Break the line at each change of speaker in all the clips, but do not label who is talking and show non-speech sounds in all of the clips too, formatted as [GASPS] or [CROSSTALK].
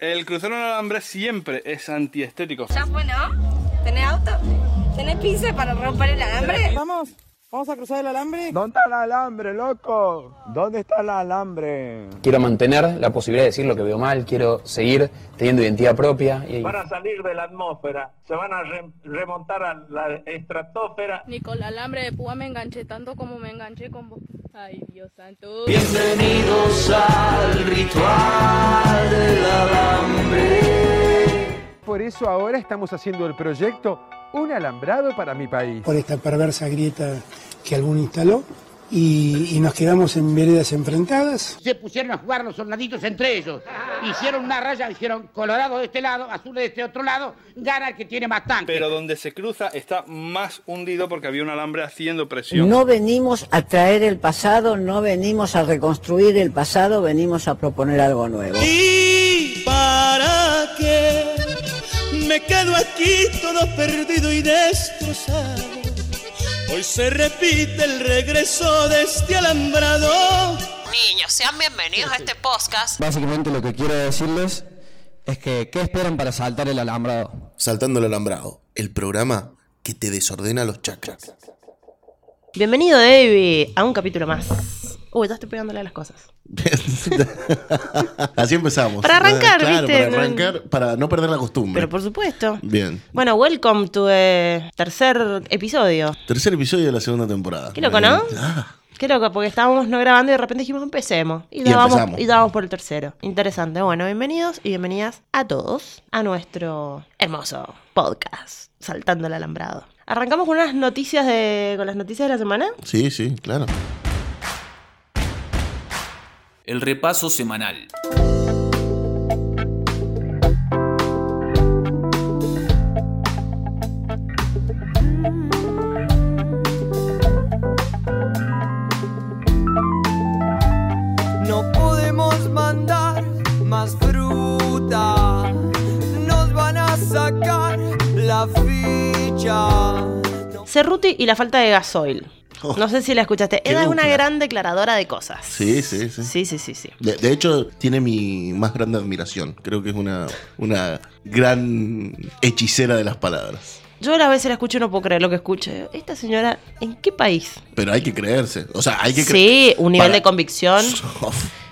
El crucero en alambre siempre es antiestético.
Ya fue, ¿no? ¿Tenés auto? ¿Tenés pinza para romper el alambre?
Vamos, vamos a cruzar el alambre.
¿Dónde está el alambre, loco? ¿Dónde está el alambre?
Quiero mantener la posibilidad de decir lo que veo mal, quiero seguir teniendo identidad propia. Y...
Van a salir de la atmósfera, se van a re- remontar a la estratosfera.
Ni con el alambre de púa me enganché tanto como me enganché con vos. Ay, Dios santo.
Bienvenidos al ritual del alambre.
Por eso ahora estamos haciendo el proyecto Un alambrado para mi país.
Por esta perversa grieta que algún instaló. Y, y nos quedamos en veredas enfrentadas.
Se pusieron a jugar los soldaditos entre ellos. Hicieron una raya, dijeron colorado de este lado, azul de este otro lado, gana el que tiene más tanques.
Pero donde se cruza está más hundido porque había un alambre haciendo presión.
No venimos a traer el pasado, no venimos a reconstruir el pasado, venimos a proponer algo nuevo.
¿Y para qué me quedo aquí todo perdido y destrozado? Hoy se repite el regreso de este alambrado.
Niños, sean bienvenidos a este podcast.
Básicamente lo que quiero decirles es que, ¿qué esperan para saltar el alambrado?
Saltando el alambrado, el programa que te desordena los chakras.
Bienvenido, David, a un capítulo más. Uy, ya estoy pegándole a las cosas.
[LAUGHS] Así empezamos.
Para arrancar,
Claro,
¿viste?
Para arrancar, para no perder la costumbre.
Pero por supuesto.
Bien.
Bueno, welcome to eh, tercer episodio.
Tercer episodio de la segunda temporada.
Qué loco, ¿no?
Bien. Ah,
Qué loco, porque estábamos no grabando y de repente dijimos empecemos. Y,
Y
ya vamos-
empezamos.
y ya vamos por el tercero. Interesante. Bueno, bienvenidos y bienvenidas a todos a nuestro hermoso podcast, Saltando el Alambrado. Arrancamos con unas noticias de. con las noticias de la semana.
sí, sí, claro.
El repaso semanal.
No podemos mandar más fruta. Nos van a sacar la ficha.
Cerruti y la falta de gasoil. No sé si la escuchaste.
qué
Eda es una
dupla.
gran declaradora de cosas.
Sí, sí, sí.
Sí, sí, sí, sí.
De, de hecho, tiene mi más grande admiración. Creo que es una, una gran hechicera de las palabras.
Yo a veces la escucho y no puedo creer lo que escuché. Esta señora, ¿en qué país?
Pero hay que creerse. O sea, hay que
Sí, un nivel
Para-
de convicción.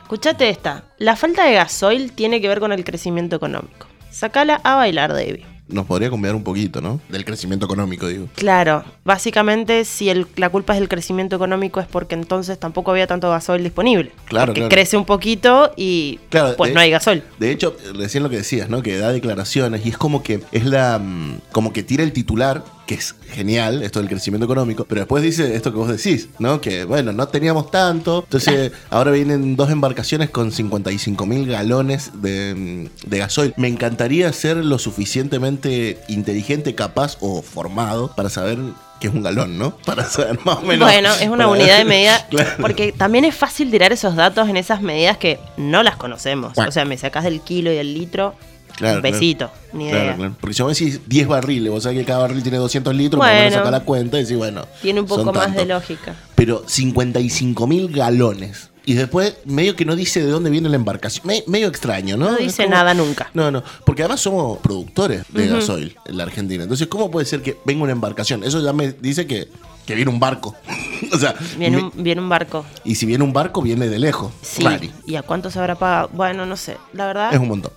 Escuchate esta. La falta de gasoil tiene que ver con el crecimiento económico. Sacala a bailar, David.
[LAUGHS] Nos podría convidar un poquito, ¿no? Del crecimiento económico, digo.
Claro, básicamente si el- la culpa es del crecimiento económico es porque entonces tampoco había tanto gasoil disponible.
Claro,
porque
claro.
crece un poquito y
Claro,
pues
de-
no hay gasoil.
De hecho, recién lo que decías, ¿no? Que da declaraciones y es como que es la mm, como que tira el titular, que es genial, esto del crecimiento económico, pero después dice esto que vos decís, ¿no? Que bueno, no teníamos tanto, entonces ahora vienen dos embarcaciones con 55 mil galones de, mm, de gasoil. Me encantaría ser lo suficientemente inteligente, capaz o formado para saber que es un galón, ¿no? Para saber más o menos.
bueno, es una
para-
unidad
[LAUGHS]
de medida
Claro.
porque también es fácil tirar esos datos en esas medidas que no las conocemos.
Bueno.
O sea, me sacás del kilo y del litro,
Claro,
un
claro.
besito, ni idea.
Claro, claro. Porque si vos decís 10 barriles, vos sabés que cada barril tiene 200 litros,
Bueno.
bueno. menos sacar la cuenta y decís, bueno.
Tiene un poco
son
más
tanto.
de lógica.
Pero 55 mil galones. Y después, medio que no dice de dónde viene la embarcación. Me- medio extraño, ¿no?
No
Es
dice
como-
nada nunca.
No, no. Porque además somos productores de
Ujú.
gasoil en la Argentina. Entonces, ¿cómo puede ser que venga una embarcación? Eso ya me dice que, que viene un barco. [LAUGHS] o sea,
Viene
me-
un, viene un barco.
y si viene un barco, viene de lejos.
Sí.
Claro.
¿Y a cuánto se habrá pagado? Bueno, no sé. La verdad,
Es un montón.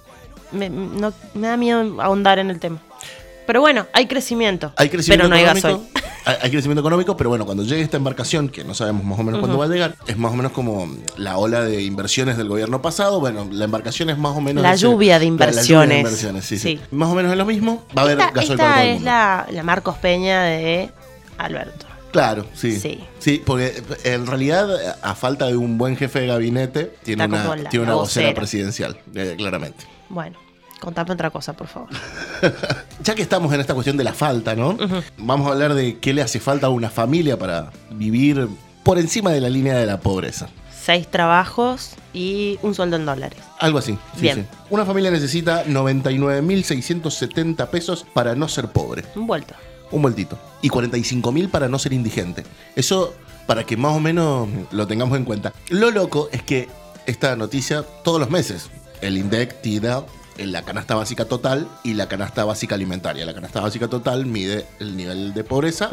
me, no- me da miedo ahondar en el tema. Pero bueno, hay crecimiento.
Hay
pero
crecimiento
no hay gasoil.
económico. [LAUGHS] Hay, hay crecimiento económico, pero bueno, cuando llegue esta embarcación, que no sabemos más o menos cuándo va a llegar, es más o menos como la ola de inversiones del gobierno pasado. Bueno, la embarcación es más o menos.
La lluvia de
la- la
inversiones.
inversiones, sí, sí.
Sí.
Más o menos es lo mismo. Va a haber
Esta,
gasoil
esta
para todo el
es
mundo.
la, la Marcos Peña de Alberto.
Claro, sí.
Sí.
sí. porque eh, en realidad, a falta de un buen jefe de gabinete, tiene
Está
una,
como la-
tiene
la
una vocera,
vocera.
presidencial, eh, claramente.
Bueno, contame otra cosa, por
[LAUGHS]
favor.
Ya que estamos en esta cuestión de la falta, ¿no? Vamos a hablar de qué le hace falta a una familia para vivir por encima de la línea de la pobreza.
Seis trabajos y un sueldo en dólares.
Algo así. sí,
Bien.
sí. Una familia necesita 99.670 pesos para no ser pobre.
Un vuelto.
Un vueltito. Y 45.000 para no ser indigente. Eso para que más o menos lo tengamos en cuenta. Lo loco es que esta noticia todos los meses el INDEC tira en la canasta básica total y la canasta básica alimentaria. La canasta básica total mide el nivel de pobreza.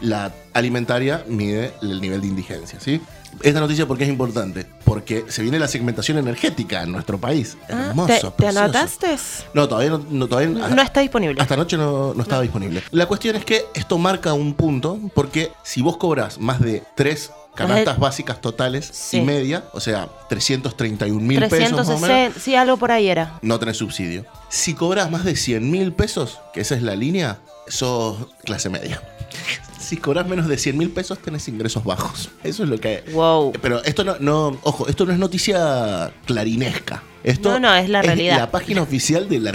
La alimentaria mide el nivel de indigencia, ¿sí? Esta noticia porque es importante, porque se viene la segmentación energética en nuestro país.
Ah,
Hermoso,
¿te- ¿Te,
precioso.
anotaste?
No, todavía no, no- todavía
No está disponible.
Hasta anoche no, no estaba disponible. La cuestión es que esto marca un punto, porque si vos cobras más de tres canastas
Ajá.
básicas totales
Sí.
y media, o sea, 331 mil pesos más o menos,
360, sí, algo por ahí era.
no tenés subsidio. Si cobras más de 100 mil pesos, que esa es la línea, sos clase media. [LAUGHS] Si cobras menos de 100 mil pesos, tenés ingresos bajos. Eso es lo que.
Wow.
Pero esto no, no. Ojo, esto no es noticia clarinesca. Esto
No, no, es la realidad.
La página oficial de la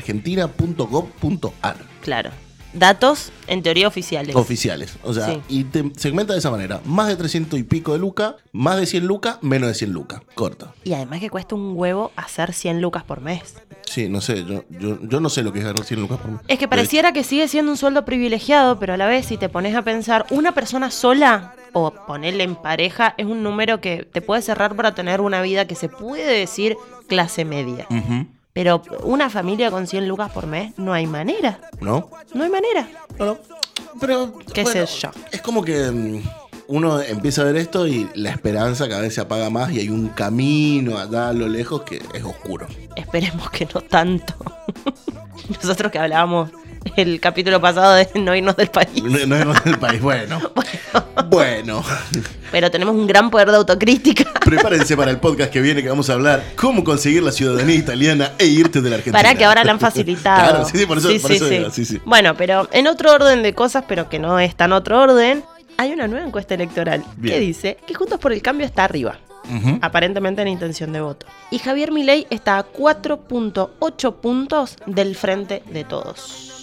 argentina.gov.ar.
Claro. Datos, en teoría, oficiales.
Oficiales. O sea,
Sí.
y te segmenta de esa manera. Más de 300 y pico de lucas, más de 100 lucas, menos de 100 lucas. Corta.
Y además que cuesta un huevo hacer 100 lucas por mes.
Sí, no sé. Yo, yo, yo no sé lo que es ganar 100 lucas por mes.
Es que
De hecho,
pareciera que sigue siendo un sueldo privilegiado, pero a la vez si te pones a pensar, una persona sola o ponerle en pareja es un número que te puede cerrar para tener una vida que se puede decir clase media.
Ujú.
Pero una familia con 100 lucas por mes, no hay manera.
¿No?
No hay manera.
Pero,
¿Qué
bueno,
sé yo?
Es como que mm, uno empieza a ver esto y la esperanza cada vez se apaga más y hay un camino allá a lo lejos que es oscuro.
Esperemos que no tanto. [LAUGHS] Nosotros que hablábamos el capítulo pasado de no irnos del país.
No, no es el
[LAUGHS]
país. Bueno. Bueno.
Pero tenemos un gran poder de autocrítica.
Prepárense para el podcast que viene que vamos a hablar cómo conseguir la ciudadanía italiana e irte de la Argentina.
Para que ahora la han facilitado.
[LAUGHS] Claro, sí, sí, por eso, por eso digo, sí, sí.
Bueno, pero en otro orden de cosas, pero que no es tan otro orden, hay una nueva encuesta electoral que
Bien.
dice que Juntos por el Cambio está arriba,
Ujú.
aparentemente en intención de voto. Y Javier Milei está a 4.8 puntos del frente de todos.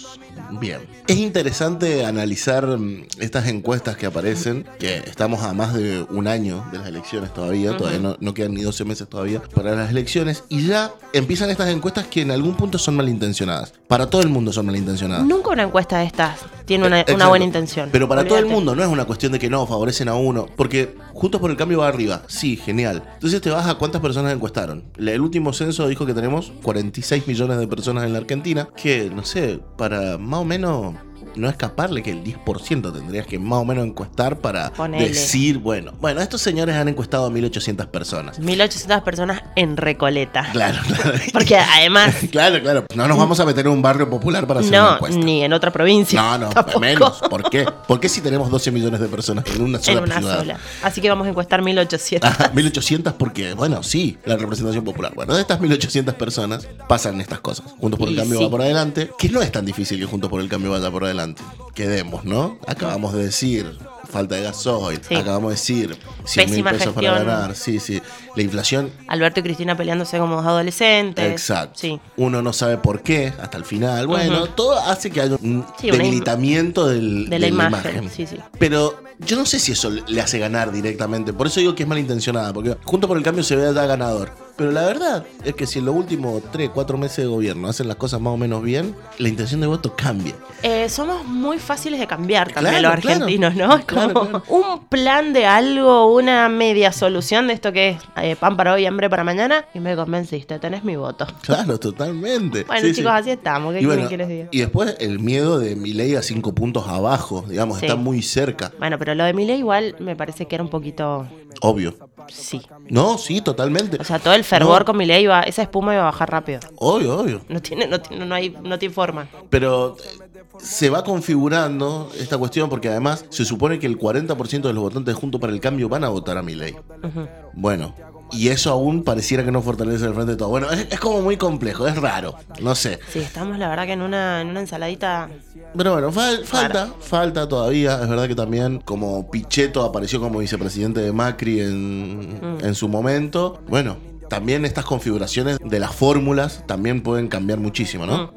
Bien. Es interesante analizar mm, estas encuestas que aparecen, que estamos a más de un año de las elecciones todavía,
Ujú.
todavía no, no quedan ni 12 meses todavía para las elecciones, y ya empiezan estas encuestas que en algún punto son malintencionadas. Para todo el mundo son malintencionadas.
Nunca una encuesta de estas tiene una,
Ah. Exacto.
una buena intención.
Pero para todo el
Olvídate.
mundo no es una cuestión de que no, favorecen a uno. Porque Juntos por el Cambio va arriba. Sí, genial. Entonces te vas a cuántas personas encuestaron. La- El último censo dijo que tenemos 46 millones de personas en la Argentina. Que, no sé, para más o menos no escaparle que el 10% tendrías que más o menos encuestar para
Ponele.
decir, bueno, bueno, estos señores han encuestado a 1.800 personas.
1800 personas en Recoleta.
Claro, claro.
[LAUGHS] Porque además,
[LAUGHS] Claro, claro. No nos vamos a meter en un barrio popular para hacer una
no,
encuesta.
ni en otra provincia.
No,
[LAUGHS]
no,
Tampoco.
menos. ¿Por qué? ¿Por qué si tenemos 12 millones de personas en una sola
en una
ciudad?
sola. Así que vamos a encuestar 1800.
Ajá, 1800 porque, bueno, sí, la representación popular. Bueno, de estas 1800 personas pasan estas cosas. Juntos por el
Y
Cambio
sí.
va por adelante, que no es tan difícil que Juntos por el Cambio vaya por adelante. Quedemos, ¿no? Acabamos de decir falta de gasoil,
Sí.
acabamos de decir 100 mil
Pésima
pesos para
gestión.
ganar. Sí, sí. La inflación
Alberto y Cristina peleándose como dos adolescentes.
Ah. Exacto.
Sí.
Uno no sabe por qué hasta el final. Bueno,
Ujú.
todo hace que haya un
Sí, una im-
debilitamiento del-
De la imagen, sí, sí.
Pero yo no sé si eso le hace ganar directamente. Por eso digo que es malintencionada, porque junto por el cambio se ve ya ganador. Pero la verdad es que si en los últimos 3, 4 meses de gobierno hacen las cosas más o menos bien, la intención de
[LAUGHS]
voto cambia.
Eh, somos muy fáciles de cambiar también
Claro,
los argentinos,
claro.
¿no? Es
Claro,
como un plan de algo, una media solución de esto que es eh, pan para hoy, hambre para mañana. Y me convenciste, tenés mi voto.
Claro, totalmente.
Bueno,
Sí, sí.
chicos, así estamos. ¿Qué
Y, bueno,
quieren que les diga?
y después el miedo de mi ley a 5 puntos abajo, digamos,
Sí.
está muy cerca,
Bueno, pero lo de Milei igual me parece que era un poquito.
obvio.
Sí.
No, sí, totalmente.
O sea, todo el fervor
No.
con Milei iba, esa espuma iba a bajar rápido.
Obvio, obvio.
No tiene, no tiene, no hay, no tiene forma.
Pero eh, se va configurando esta cuestión porque además se supone que el 40% de los votantes de Junto para el Cambio van a votar a mi ley.
Ujú.
Bueno, y eso aún pareciera que no fortalece el frente de todo. Bueno, es, es como muy complejo, es raro, no sé.
Sí, estamos la verdad que en una, en una ensaladita.
Pero bueno, fal- falta, falta todavía. Es verdad que también como Pichetto apareció como vicepresidente de Macri en,
Mm.
en su momento. Bueno, también estas configuraciones de las fórmulas también pueden cambiar muchísimo, ¿no?
Mm.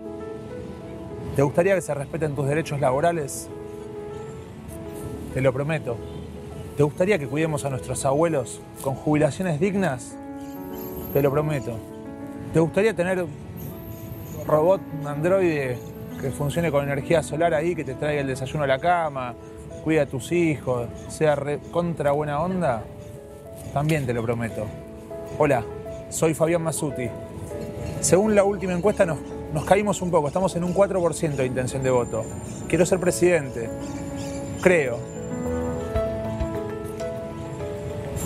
¿Te gustaría que se respeten tus derechos laborales? Te lo prometo. ¿Te gustaría que cuidemos a nuestros abuelos con jubilaciones dignas? Te lo prometo. ¿Te gustaría tener un robot un androide que funcione con energía solar ahí, que te traiga el desayuno a la cama, cuida a tus hijos, sea re- contra buena onda? También te lo prometo. Hola, soy Fabián Masuti. Según la última encuesta nos, nos caímos un poco, estamos en un 4% de intención de voto. Quiero ser presidente, creo.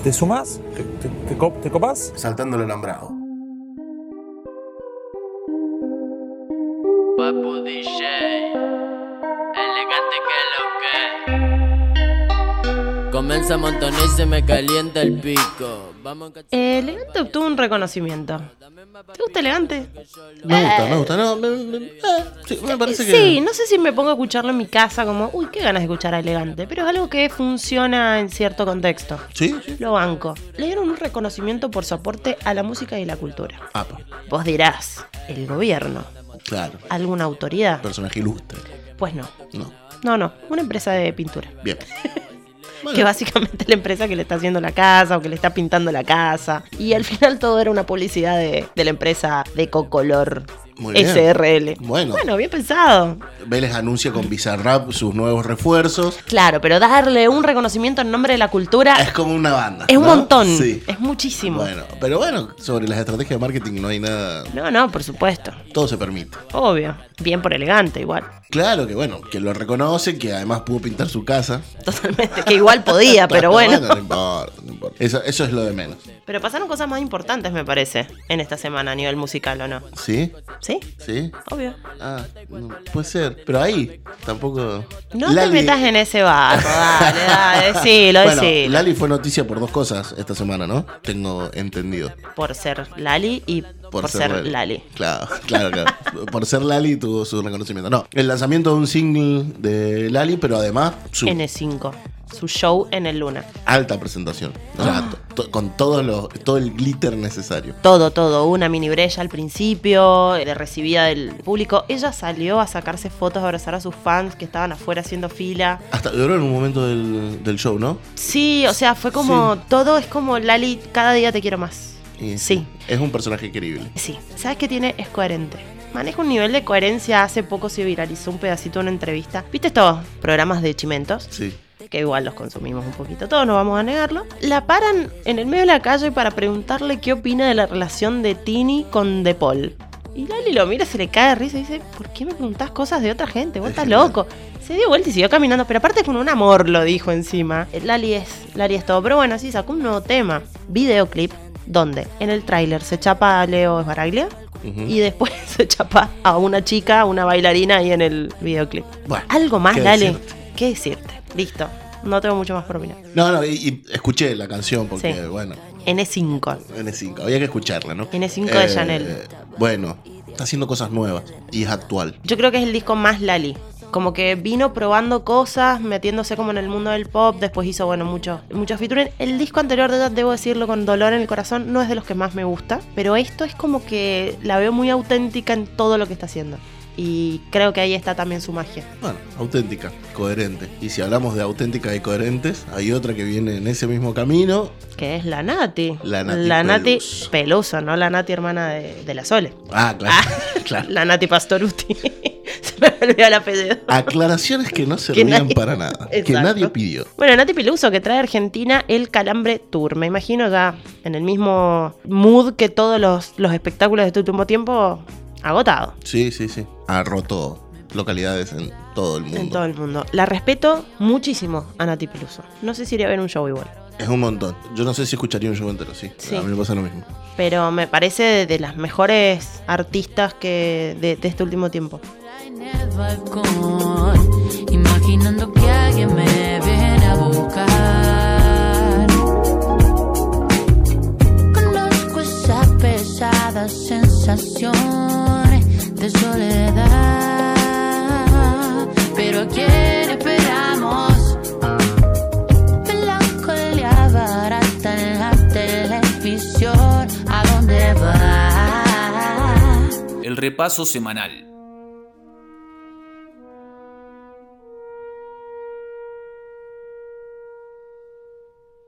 ¿Te sumás? ¿Te, te, te co- te copás?
Saltando el alambrado.
Papu DJ, elegante que lo que. Comienza a montonar y se me calienta el pico. Vamos a
Eh, Elegante obtuvo un reconocimiento. ¿Te gusta elegante?
Me gusta, me gusta. No, me, me- eh, sí, me parece que.
Sí, no sé si me pongo a escucharlo en mi casa como, uy, qué ganas de escuchar a Elegante, pero es algo que funciona en cierto contexto.
Sí.
Lo banco. Le dieron un reconocimiento por su aporte a la música y la cultura.
Ah, pa,
Vos dirás, el gobierno,
claro.
alguna autoridad.
Personaje ilustre.
Pues no.
No.
No, no, una empresa de pintura.
Bien.
Que
[LAUGHS]
básicamente es la empresa que le está haciendo la casa o que le está pintando la casa. Y al final todo era una publicidad de, de la empresa de Cocolor
Muy bien.
SRL.
Bueno.
bueno, bien pensado.
Vélez anuncia con Bizarrap sus nuevos refuerzos.
Claro, pero darle un reconocimiento en nombre de la cultura
Es como una banda.
Ah, es un
¿no?
montón.
Sí.
Es muchísimo.
Bueno, pero bueno, sobre las estrategias de marketing no hay nada.
No, no, por supuesto.
Todo se permite.
Obvio. Bien por elegante, igual. [LAUGHS]
Claro que bueno, que lo reconoce, que además pudo pintar su casa.
Que igual podía, pero bueno.
no importa, no importa. Eso, eso es lo de menos.
Pero pasaron cosas más importantes, me parece, en esta semana a nivel musical, ¿o no?
¿Sí?
¿Sí?
¿Sí?
Obvio.
Ah, no, puede ser. Pero ahí tampoco.
No te metas en ese barro, dale, [LAUGHS] dale, decilo,
Bueno,
decilo.
Lali fue noticia por dos cosas esta semana, ¿no? Tengo entendido.
Por ser Lali y por, ser, Lali.
Claro, claro, claro. por ser Lali tuvo su reconocimiento. No, el lanzamiento de un single de Lali, pero además su
N5. Su show en el Luna.
alta presentación. O sea,
Ah.
to- to- con todo, lo, todo el glitter necesario.
Todo, todo. Una mini brella al principio, de recibida del público. Ella salió a sacarse fotos, a abrazar a sus fans que estaban afuera haciendo fila.
Hasta lloró en un momento del, del show, ¿no?
Sí, o sea, fue como todo es como Lali, cada día te quiero más.
Y
Sí.
Es un personaje querible.
Sí. ¿Sabes qué tiene? Es coherente. Maneja un nivel de coherencia. Hace poco se viralizó un pedacito de una entrevista. ¿Viste estos programas de chimentos?
Sí.
Que igual los consumimos un poquito todos, no vamos a negarlo. La paran en el medio de la calle para preguntarle qué opina de la relación de Tini con De Paul. Y Lali lo mira, se le cae de risa y dice, ¿por qué me preguntás cosas de otra gente? Vos estás loco. Se dio vuelta y siguió caminando, pero aparte con un amor lo dijo encima. Lali es, Lali es todo. Pero bueno, sí, sacó un nuevo tema. Videoclip, donde en el tráiler se chapa a Leo Esbaraglia
Ujú.
y después [LAUGHS] se chapa a una chica, a una bailarina ahí en el videoclip.
Bueno,
Algo más,
¿qué
Lali.
decirte?
¿Qué decirte? Listo. No tengo mucho más por opinar.
No, no, y, y escuché la canción porque,
Sí.
bueno,
N5.
N5, había que escucharla, ¿no? Eh,
N5 de Chanel.
Bueno, está haciendo cosas nuevas y es actual.
Yo creo que es el disco más Lali. Como que vino probando cosas, metiéndose como en el mundo del pop, después hizo, bueno, muchos muchos featuring. El disco anterior de ella, debo decirlo con dolor en el corazón, no es de los que más me gusta, pero esto es como que la veo muy auténtica en todo lo que está haciendo. Y creo que ahí está también su magia.
Bueno, auténtica, coherente. Y si hablamos de auténtica y coherentes, hay otra que viene en ese mismo camino.
Que es la Nati.
La Nati
Nati Peluso, no la Nati hermana de, de la Sole.
Ah, claro. [LAUGHS] claro.
La Nati Pastoruti. [LAUGHS] Se me olvidó el apellido.
Aclaraciones que no
Que
servían
nadie-
para nada, que
Exacto.
nadie pidió.
Bueno, Nati Peluso que trae a Argentina el Calambre Tour. Me imagino ya en el mismo mood que todos los, los espectáculos de este último tiempo, agotado
Sí, sí, sí. Ha roto localidades en todo el
en
mundo.
todo el mundo. La respeto muchísimo a Nati Peluso. No sé si iría a ver un show igual,
Es un montón. Yo no sé si escucharía un show entero, sí.
Sí.
A mí me pasa lo mismo.
pero me parece de, de las mejores artistas que de, de este último tiempo.
balcón, imaginando que alguien me viene a buscar. Conozco esa pesada sensación de soledad, pero a quién esperamos? Melancolía barata en la televisión, ¿a dónde va?
El repaso semanal.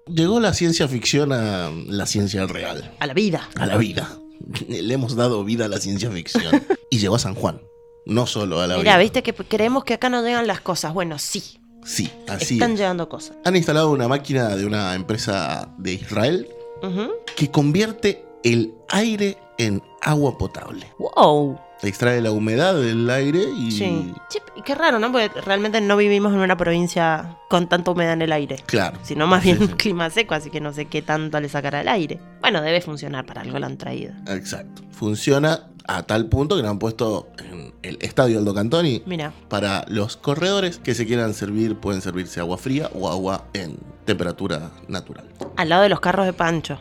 Llegó la ciencia ficción a la ciencia real.
A la vida.
a la vida. [LAUGHS] Le hemos dado vida a la ciencia
[LAUGHS]
ficción. y llegó a San Juan. No solo a la
Mira,
vida.
viste que creemos que acá no llegan las cosas. Bueno, sí,
Sí, así.
están
es.
llegando cosas.
Han instalado una máquina de una empresa de Israel
Ujú.
que convierte el aire en agua potable.
¡Wow!
Extrae la humedad del aire y.
Sí. Che, y qué raro, ¿no? Porque realmente no vivimos en una provincia con tanta humedad en el aire.
Claro.
Sino más bien
Sí,
un
sí.
clima seco, así que no sé qué tanto le sacará el aire. Bueno, debe funcionar para algo, la han traído.
Exacto. Funciona a tal punto que lo han puesto en el estadio Aldo Cantoni.
Mira.
Para los corredores que se quieran servir, pueden servirse agua fría o agua en temperatura natural.
Al lado de los carros de Pancho.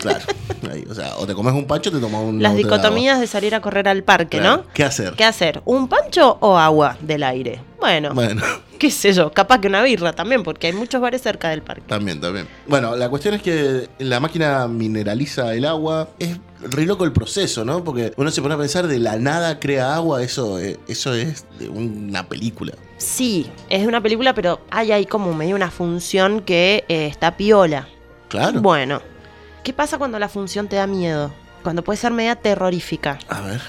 Claro. Ahí, o sea, o te comes un pancho o te tomas un.
Las dicotomías de salir a correr al parque, ¿no?
¿Qué hacer?
¿Qué hacer? ¿Un pancho o agua del aire? Bueno,
Bueno, [LAUGHS]
qué sé yo, capaz que una birra también, porque hay muchos bares cerca del parque.
también, también. Bueno, la cuestión es que la máquina mineraliza el agua. Es re loco el proceso, ¿no? Porque uno se pone a pensar de la nada crea agua, eso, eh, eso es de una película.
Sí, es una película, pero hay ahí como medio una función que eh, está piola.
Claro.
Bueno, ¿qué pasa cuando la función te da miedo? Cuando puede ser media terrorífica.
A ver.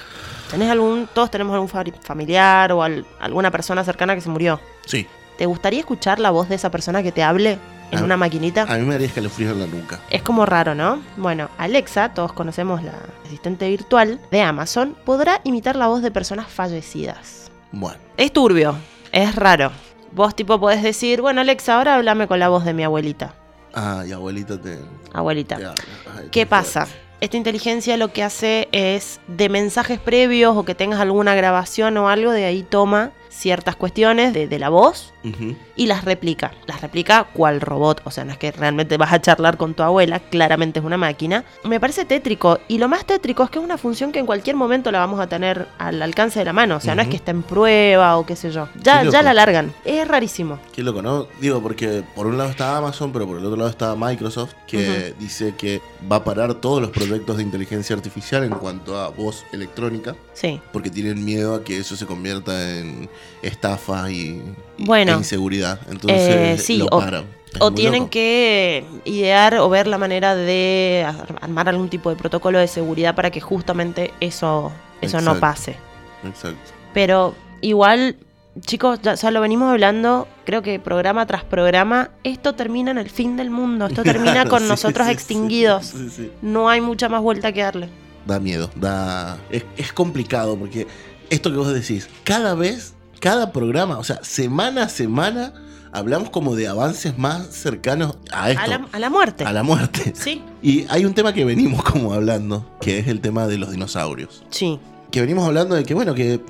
¿Tenés algún, todos tenemos algún fa- familiar o al- alguna persona cercana que se murió?
Sí.
¿Te gustaría escuchar la voz de esa persona que te hable en
A-
una maquinita?
A mí me haría escalofríos en la nuca.
Es como raro, ¿no? Bueno, Alexa, todos conocemos la asistente virtual de Amazon, podrá imitar la voz de personas fallecidas.
Bueno.
Es turbio, es raro. Vos tipo podés decir, bueno Alexa, ahora háblame con la voz de mi abuelita.
Ah, y abuelita te.
Abuelita.
te habla. Ay,
¿Qué pasa? Esta inteligencia lo que hace es de mensajes previos o que tengas alguna grabación o algo, de ahí toma ciertas cuestiones de, de la voz
Ujú.
y las replica. Las replica cual robot, o sea, no es que realmente vas a charlar con tu abuela, claramente es una máquina. Me parece tétrico y lo más tétrico es que es una función que en cualquier momento la vamos a tener al alcance de la mano, o sea, no es
Ujú.
que está en prueba o qué sé yo. Ya,
Qué loco.
ya la largan, es rarísimo.
Qué loco, ¿no? Digo, porque por un lado está Amazon, pero por el otro lado está Microsoft, que dice que va a parar todos los proyectos de inteligencia artificial en cuanto a voz electrónica,
Sí.
porque tienen miedo a que eso se convierta en estafas y, y-
Bueno.
e inseguridad. Entonces
Eh, sí,
lo
o-
paran. Es
O
muy
tienen
loco.
que idear o ver la manera de ar- armar algún tipo de protocolo de seguridad para que justamente eso, eso no
Exacto.
pase.
Exacto.
Pero igual, chicos, ya, ya lo venimos hablando, creo que programa tras programa, esto termina en el fin del mundo, esto
[LAUGHS]
termina con
Sí,
nosotros
sí, sí,
extinguidos.
sí, sí.
No hay mucha más vuelta que darle.
da miedo, da es, es complicado porque esto que vos decís, cada vez, cada programa, o sea, semana a semana hablamos como de avances más cercanos a esto,
A la, a la muerte.
a la muerte.
Sí,
Y hay un tema que venimos como hablando, que es el tema de los dinosaurios.
sí.
Que venimos hablando de que, bueno, que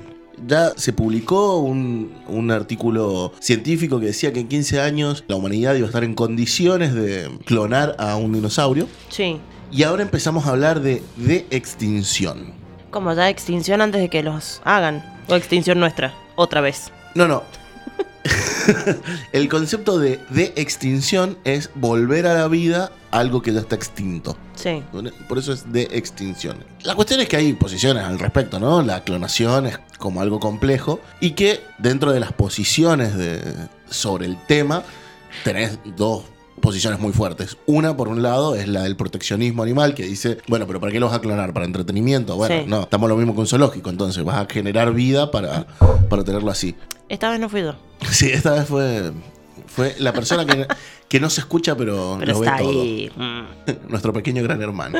ya se publicó un, un artículo científico que decía que en 15 años la humanidad iba a estar en condiciones de clonar a un dinosaurio.
Sí.
Y ahora empezamos a hablar de, de extinción.
Como ya extinción antes de que los hagan. O extinción nuestra, otra vez.
No, no. [LAUGHS] El concepto de, de extinción es volver a la vida algo que ya está extinto.
Sí.
Por eso es de extinción. La cuestión es que hay posiciones al respecto, ¿no? La clonación es como algo complejo y que dentro de las posiciones de, sobre el tema tenés dos posiciones muy fuertes. Una, por un lado, es la del proteccionismo animal que dice, bueno, pero ¿para qué lo vas a clonar? ¿Para entretenimiento? Bueno,
Sí.
no, estamos lo mismo que un zoológico, entonces vas a generar vida para, para tenerlo así.
Esta vez no fui yo.
[LAUGHS] Sí, esta vez fue, fue la persona que, que no se escucha, pero,
Pero
lo ve
está
todo.
ahí.
[LAUGHS]
Mm.
Nuestro pequeño gran hermano.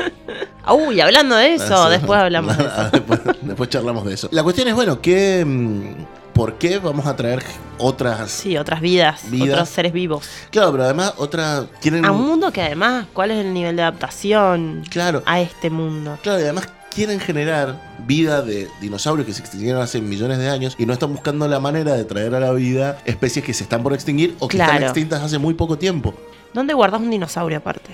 Ah, Uy, hablando de eso,
Así-
después hablamos.
[LAUGHS]
de eso.
después, después charlamos de eso. La cuestión es, bueno, ¿qué, mm, ¿por qué vamos a traer otras...
Sí, otras vidas,
Vidas.
otros seres vivos.
Claro, pero además otras... Quieren,
A un mundo que además, ¿cuál es el nivel de adaptación
claro,
a este mundo?
claro, y además quieren generar vida de dinosaurios que se extinguieron hace millones de años y no están buscando la manera de traer a la vida especies que se están por extinguir o que están
Claro.
extintas hace muy poco tiempo.
¿Dónde guardas un dinosaurio aparte?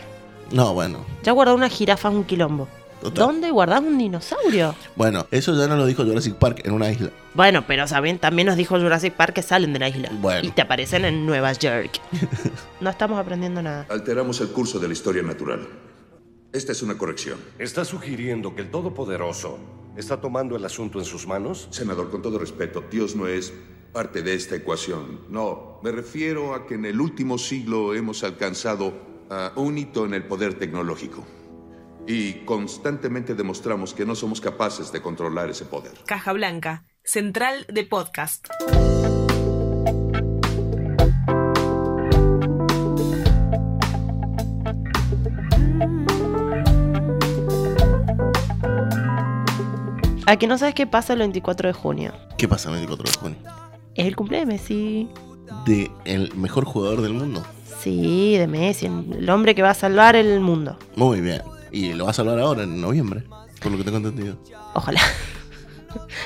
No, bueno.
Ya guardar una jirafa es un quilombo.
Total.
¿Dónde guardás un dinosaurio?
Bueno, eso ya no lo dijo Jurassic Park en una isla.
Bueno, pero saben, también nos dijo Jurassic Park que salen de la isla.
Bueno.
Y te aparecen en Nueva
[LAUGHS]
York. No estamos aprendiendo nada.
Alteramos el curso de la historia natural. Esta es una corrección. ¿Está sugiriendo que el Todopoderoso está tomando el asunto en sus manos? Senador, con todo respeto, Dios no es parte de esta ecuación. No, me refiero a que en el último siglo hemos alcanzado ah, un hito en el poder tecnológico. Y constantemente demostramos que no somos capaces de controlar ese poder.
Caja Blanca, central de podcast.
A que no sabes qué pasa el 24 de junio.
¿Qué pasa el 24 de junio?
Es el cumpleaños de Messi.
De el mejor jugador del mundo.
Sí, de Messi, el hombre que va a salvar el mundo.
Muy bien. Y lo va a salvar ahora en noviembre, por lo que tengo entendido.
Ojalá. [LAUGHS]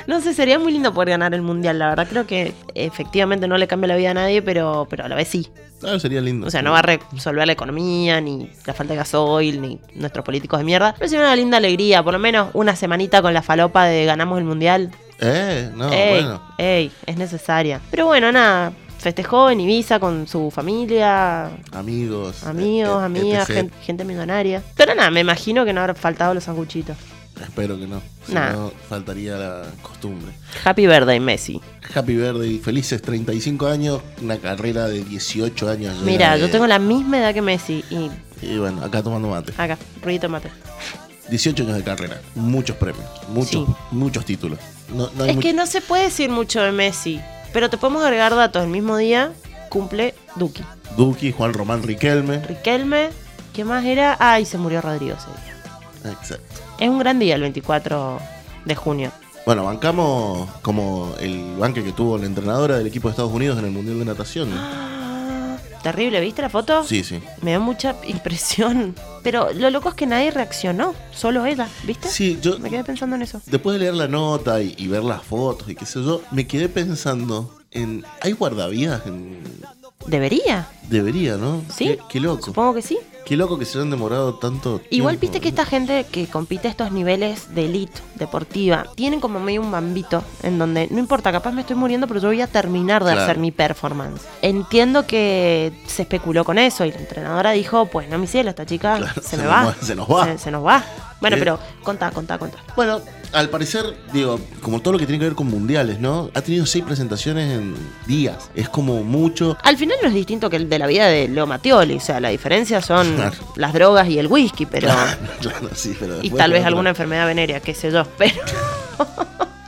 No sé, sería muy lindo poder ganar el mundial, la verdad. Creo que efectivamente no le cambia la vida a nadie, pero, pero a la vez sí.
Ah, sería lindo.
O sea, no va a resolver la economía, ni la falta de gasoil, ni nuestros políticos de mierda. Pero sería una linda alegría, por lo menos una semanita con la falopa de ganamos el mundial.
Eh, no,
ey,
bueno.
ey, es necesaria. Pero bueno, nada, festejó en Ibiza con su familia,
Amigos.
amigos,
eh,
amigas,
etc..
gen- gente, millonaria. Pero nada, me imagino que no habrán faltado los sanguchitos.
Espero que no. Si
Nah.
no, faltaría la costumbre.
Happy birthday, Messi.
Happy birthday, felices 35 años, una carrera de 18 años. llena
Mira,
de-
yo tengo la misma edad que Messi y
Y bueno, acá tomando mate.
acá, ruidito mate.
18 años de carrera, muchos premios, muchos, muchos títulos. No, no hay
es
mucho-
que no se puede decir mucho de Messi, pero te podemos agregar datos. El mismo día cumple Duki.
Duki, Juan Román Riquelme.
Riquelme, ¿qué más era? Ay, se murió Rodrigo ese día.
Exacto.
Es un gran día el 24 de
[GASPS]
junio.
Bueno, bancamos como el banque que tuvo la entrenadora del equipo de Estados Unidos en el Mundial de Natación.
Ah. Terrible, ¿viste la foto?
Sí, sí.
Me da mucha [LAUGHS] impresión. Pero lo loco es que nadie reaccionó, solo ella, ¿viste?
Sí, yo
Me quedé pensando en eso.
Después de leer la nota y, y ver las fotos y qué sé yo, me quedé pensando en... ¿Hay guardavías? En...
¿Debería?
Debería, ¿no?
Sí.
Qué, qué loco.
Supongo que sí.
Qué loco que se hayan demorado tanto tiempo.
Igual viste que esta gente que compite a estos niveles de elite deportiva tienen como medio un bambito en donde no importa, capaz me estoy muriendo, pero yo voy a terminar de
Claro.
hacer mi performance. Entiendo que se especuló con eso y la entrenadora dijo, pues no mi cielo, esta chica se,
se
me
nos
va.
va- se nos va.
Se, se nos va. Bueno,
Eh.
pero contá, contá, contá.
Bueno, al parecer, digo, como todo lo que tiene que ver con mundiales, ¿no? Ha tenido seis presentaciones en días. Es como mucho.
Al final no es distinto que el de la vida de Leo Mattioli, o sea, la diferencia son
Claro.
las drogas y el whisky, pero
[LAUGHS] claro, sí, pero
y
después
tal
de
vez
otra-
alguna enfermedad venérea, qué sé yo, pero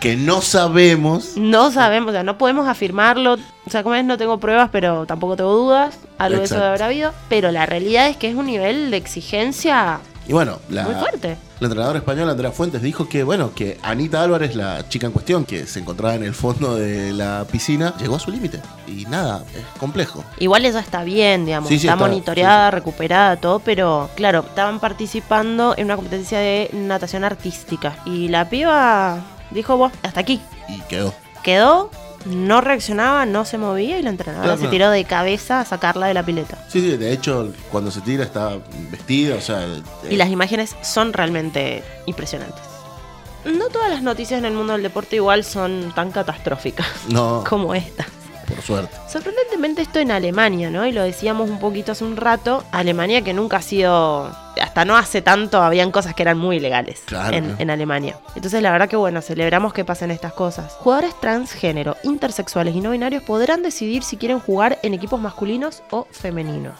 Que no sabemos.
No sabemos, o sea, no podemos afirmarlo. O sea, como es, no tengo pruebas, pero tampoco tengo dudas. Algo de eso
Exacto.
habrá habido. Pero la realidad es que es un nivel de exigencia
Y bueno, la.
muy fuerte.
La entrenadora española Andrea Fuentes dijo que, bueno, que Anita Álvarez, la chica en cuestión que se encontraba en el fondo de la piscina, llegó a su límite. Y nada, es complejo.
Igual ella está bien, digamos.
Sí, sí,
está,
está,
monitoreada, recuperada, todo. Pero claro, estaban participando en una competencia de natación artística. Y la piba dijo, bueno, hasta aquí.
Y quedó.
Quedó, no reaccionaba, no se movía. Y la entrenadora
Claro,
se
pero-
tiró de cabeza a sacarla de la pileta.
Sí, sí, de hecho, cuando se tira está vestida, o sea. eh,
Y las imágenes son realmente impresionantes. No todas las noticias en el mundo del deporte igual son tan catastróficas
No,
como esta.
por suerte.
Sorprendentemente esto en Alemania, ¿no? Y lo decíamos un poquito hace un rato, Alemania que nunca ha sido, hasta no hace tanto, habían cosas que eran muy ilegales
Claro,
en,
¿no?
en Alemania. Entonces la verdad que bueno, celebramos que pasen estas cosas. Jugadores transgénero, intersexuales y no binarios podrán decidir si quieren jugar en equipos masculinos o femeninos.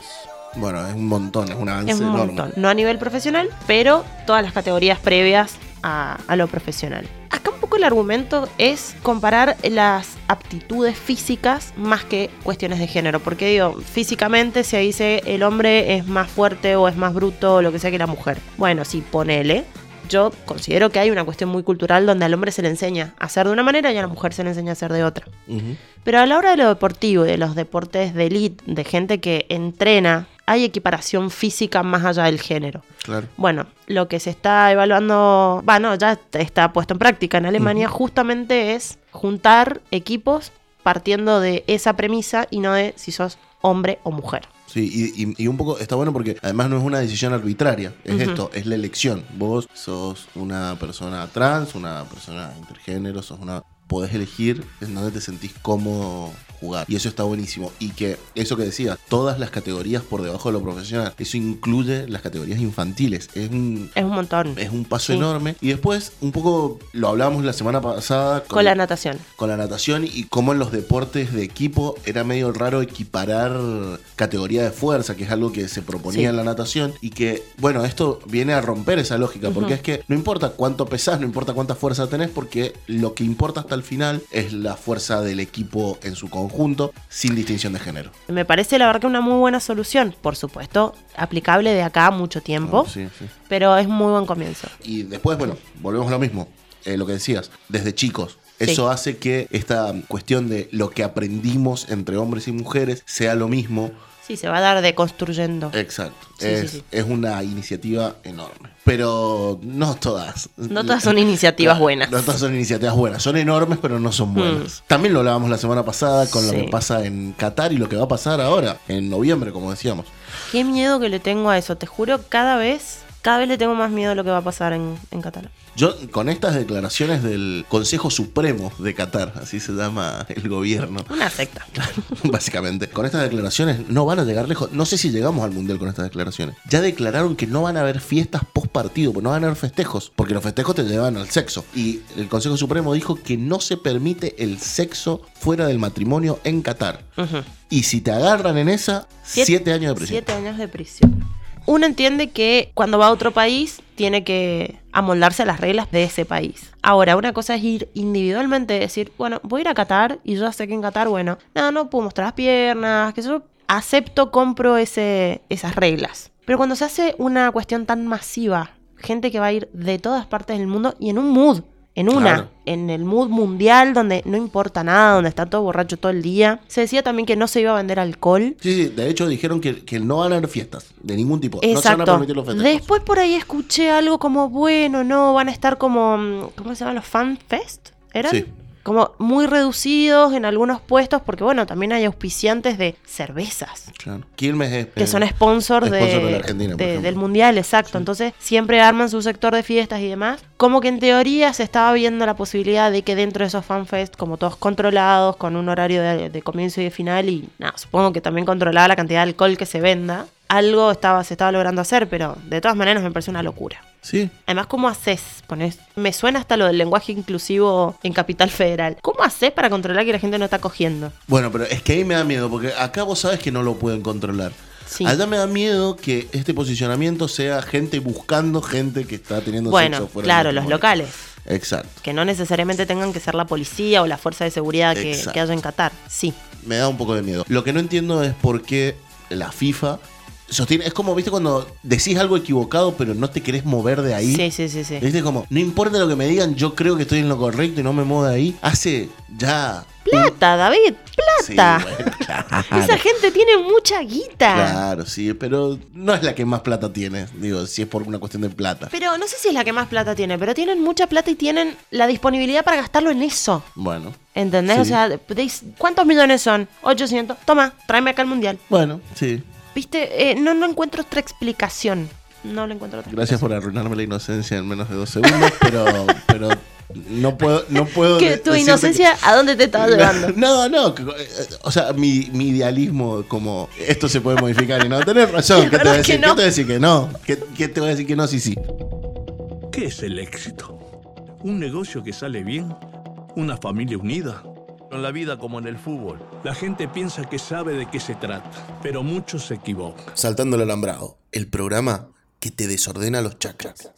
Bueno, es un montón, es un avance
Es un
enorme.
montón. No a nivel profesional, pero todas las categorías previas a, a lo profesional. Acá un poco el argumento es comparar las aptitudes físicas más que cuestiones de género. Porque digo, físicamente se dice el hombre es más fuerte o es más bruto o lo que sea que la mujer. Bueno, sí, ponele. Yo considero que hay una cuestión muy cultural donde al hombre se le enseña a hacer de una manera y a la mujer se le enseña a hacer de otra.
Ujú.
Pero a la hora de lo deportivo y de los deportes de elite, de gente que entrena, hay equiparación física más allá del género.
Claro.
Bueno, lo que se está evaluando, bueno, ya está puesto en práctica en Alemania justamente es juntar equipos partiendo de esa premisa y no de si sos hombre o mujer.
Sí, y, y- y un poco está bueno porque además no es una decisión arbitraria, es
Ujú.
esto, es la elección. Vos sos una persona trans, una persona intergénero, sos una podés elegir en dónde te sentís cómodo jugar. Y eso está buenísimo. Y que eso que decía, todas las categorías por debajo de lo profesional, eso incluye las categorías infantiles. Es un,
Es un montón.
es un paso
Sí.
enorme. Y después, un poco lo hablamos la semana pasada
Con la natación.
con la natación y cómo en los deportes de equipo era medio raro equiparar categoría de fuerza, que es algo que se proponía
Sí.
en la natación y que, bueno, esto viene a romper esa lógica,
Ujú.
porque es que no importa cuánto pesás, no importa cuánta fuerza tenés, porque lo que importa hasta el final es la fuerza del equipo en su conjunto, sin distinción de género.
Me parece la verdad que una muy buena solución, por supuesto, aplicable de acá a mucho tiempo,
Ah, Sí, sí.
pero es un muy buen comienzo.
Y después, bueno, volvemos a lo mismo. eh, lo que decías, desde chicos. Eso hace que esta cuestión de lo que aprendimos entre hombres y mujeres sea lo mismo.
Sí, se va a dar deconstruyendo.
Exacto.
Sí,
es,
sí, sí.
es una iniciativa enorme. Pero no todas.
No todas son iniciativas buenas. Mm.
No todas son iniciativas buenas. Son enormes, pero no son buenas. También lo hablábamos la semana pasada con lo
Sí.
que pasa en Qatar y lo que va a pasar ahora, en noviembre, como decíamos.
Qué miedo que le tengo a eso. Te juro, cada vez, cada vez le tengo más miedo a lo que va a pasar en, en Qatar.
Yo, con estas declaraciones del Consejo Supremo de Qatar, así se llama el gobierno,
Una secta.
[LAUGHS] básicamente, con estas declaraciones no van a llegar lejos. No sé si llegamos al Mundial con estas declaraciones. Ya declararon que no van a haber fiestas post partido, no van a haber festejos, porque los festejos te llevan al sexo. Y el Consejo Supremo dijo que no se permite el sexo fuera del matrimonio en Qatar. Y si te agarran en esa, siete, años de prisión.
Siete años de prisión. Uno entiende que cuando va a otro país tiene que amoldarse a las reglas de ese país. Ahora, una cosa es ir individualmente, decir, bueno, voy a ir a Qatar y yo ya sé que en Qatar, bueno, nada, no puedo mostrar las piernas, que yo acepto, compro ese, esas reglas. Pero cuando se hace una cuestión tan masiva, gente que va a ir de todas partes del mundo y en un mood, en una,
Claro.
en el mood mundial donde no importa nada, donde está todo borracho todo el día. Se decía también que no se iba a vender alcohol.
Sí, sí, de hecho dijeron que, que no van a haber fiestas de ningún tipo. No se van a
Exacto.
permitir los festejos.
Después por ahí escuché algo como, bueno, no, van a estar como, mm, ¿cómo se llaman los fan fest? ¿Eran?
Sí.
Como muy reducidos en algunos puestos, porque bueno, también hay auspiciantes de cervezas,
Claro. Quilmes es,
que
eh,
son sponsors de,
sponsor de la Argentina, por
de-
ejemplo.
del mundial, exacto. Entonces siempre arman su sector de fiestas y demás. Como que en teoría se estaba viendo la posibilidad de que dentro de esos fanfest, como todos controlados, con un horario de, de comienzo y de final, y nada, supongo que también controlaba la cantidad de alcohol que se venda, algo estaba, se estaba logrando hacer, pero de todas maneras me pareció una locura.
Sí.
Además, ¿cómo haces? Ponés- me suena hasta lo del lenguaje inclusivo en Capital Federal. ¿Cómo haces para controlar que la gente no está cogiendo?
Bueno, pero es que ahí me da miedo, porque acá vos sabes que no lo pueden controlar.
Sí.
Allá me da miedo que este posicionamiento sea gente buscando gente que está teniendo
bueno,
sexo fuera del
claro, los
matrimonio.
locales.
Exacto.
Que no necesariamente tengan que ser la policía o la fuerza de seguridad que,
Exacto.
que haya en Qatar. Sí.
Me da un poco de miedo. Lo que no entiendo es por qué la FIFA sostiene. Es como, viste, cuando decís algo equivocado, pero no te querés mover de ahí.
Sí, sí, sí, sí.
Viste, como, no importa lo que me digan, yo creo que estoy en lo correcto y no me muevo de ahí. Hace ya.
Plata, David,
Sí,
plata.
bueno, [LAUGHS]
Esa
claro.
gente tiene mucha guita.
Claro, sí, pero no es la que más plata tiene. Digo, si es por una cuestión de plata.
Pero no sé si es la que más plata tiene, pero tienen mucha plata y tienen la disponibilidad para gastarlo en eso.
Bueno.
¿Entendés?
Sí.
O sea, de- deis- ¿cuántos millones son? 800. Toma, tráeme acá el mundial.
Bueno, sí.
Viste, eh, no, no encuentro otra explicación. No lo encuentro otra.
Gracias por arruinarme la inocencia en menos de dos segundos, pero, pero no puedo, no puedo.
Que
de-
tu
decirte
inocencia, ¿a dónde te estaba llevando?
[LAUGHS] No, no. que- eh, O sea, mi, mi idealismo como esto se puede modificar y no. Tenés razón. ¿Qué te voy a
verdad que
decir? ¿Qué
no.
te voy a decir que no? ¿Qué, qué te voy a decir que no? Sí, sí.
¿Qué es el éxito? ¿Un negocio que sale bien? ¿Una familia unida? En la vida como en el fútbol, la gente piensa que sabe de qué se trata, pero muchos se equivocan.
Saltando el alambrado. El programa que te desordena los chakras.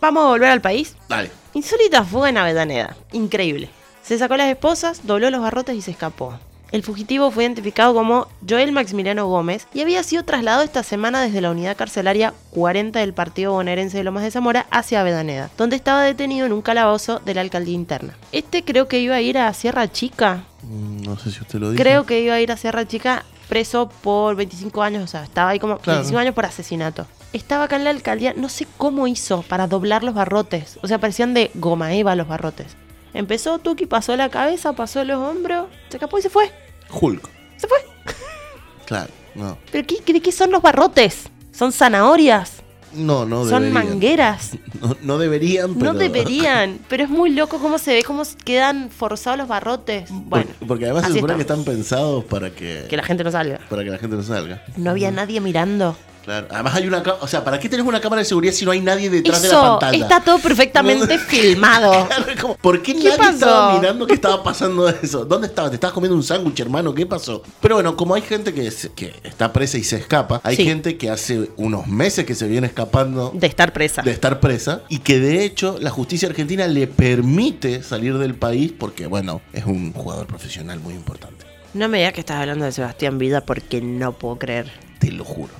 Vamos a volver al país.
Dale.
Insólita fuga en Avellaneda. Increíble. Se sacó las esposas, dobló los barrotes y se escapó. El fugitivo fue identificado como Joel Maximiliano Gómez y había sido trasladado esta semana desde la unidad carcelaria 40 del partido bonaerense de Lomas de Zamora hacia Avellaneda, donde estaba detenido en un calabozo de la alcaldía interna. Este creo que iba a ir a Sierra Chica.
Mm, No sé si usted lo dice.
Creo que iba a ir a Sierra Chica preso por 25 años, o sea, estaba ahí como
Claro.
25 años por asesinato. Estaba acá en la alcaldía, no sé cómo hizo para doblar los barrotes. O sea, parecían de goma eva los barrotes. Empezó Tuki, pasó la cabeza, pasó los hombros, se escapó y se fue.
Hulk.
Se fue.
Claro, no.
¿Pero qué, de qué son los barrotes? ¿Son zanahorias?
No, no
¿Son
deberían.
mangueras?
[LAUGHS] No, no deberían, pero.
No
[LAUGHS]
deberían, pero es muy loco cómo se ve, cómo quedan forzados los barrotes. Bueno,
Porque- porque además se
así
supone que
estamos.
están pensados para que.
Que la gente no salga.
Para que la gente no salga.
no había nadie mirando.
Claro. Además hay una cámara. O sea, ¿para qué tenés una cámara de seguridad si no hay nadie detrás de la
Eso,
pantalla?
está todo perfectamente filmado.
[LAUGHS] Claro, es como, ¿Por qué,
¿Qué
nadie
pasó?
estaba mirando que estaba pasando eso? ¿Dónde estabas? ¿Te estabas comiendo un sándwich, hermano? ¿Qué pasó? Pero bueno, como hay gente que, se- que está presa y se escapa, hay
Sí.
gente que hace unos meses que se viene escapando
De estar presa.
de estar presa y que de hecho la justicia argentina le permite salir del país porque, bueno, es un jugador profesional muy importante.
No me digas que estás hablando de Sebastián Vida porque no puedo creer.
Te lo juro.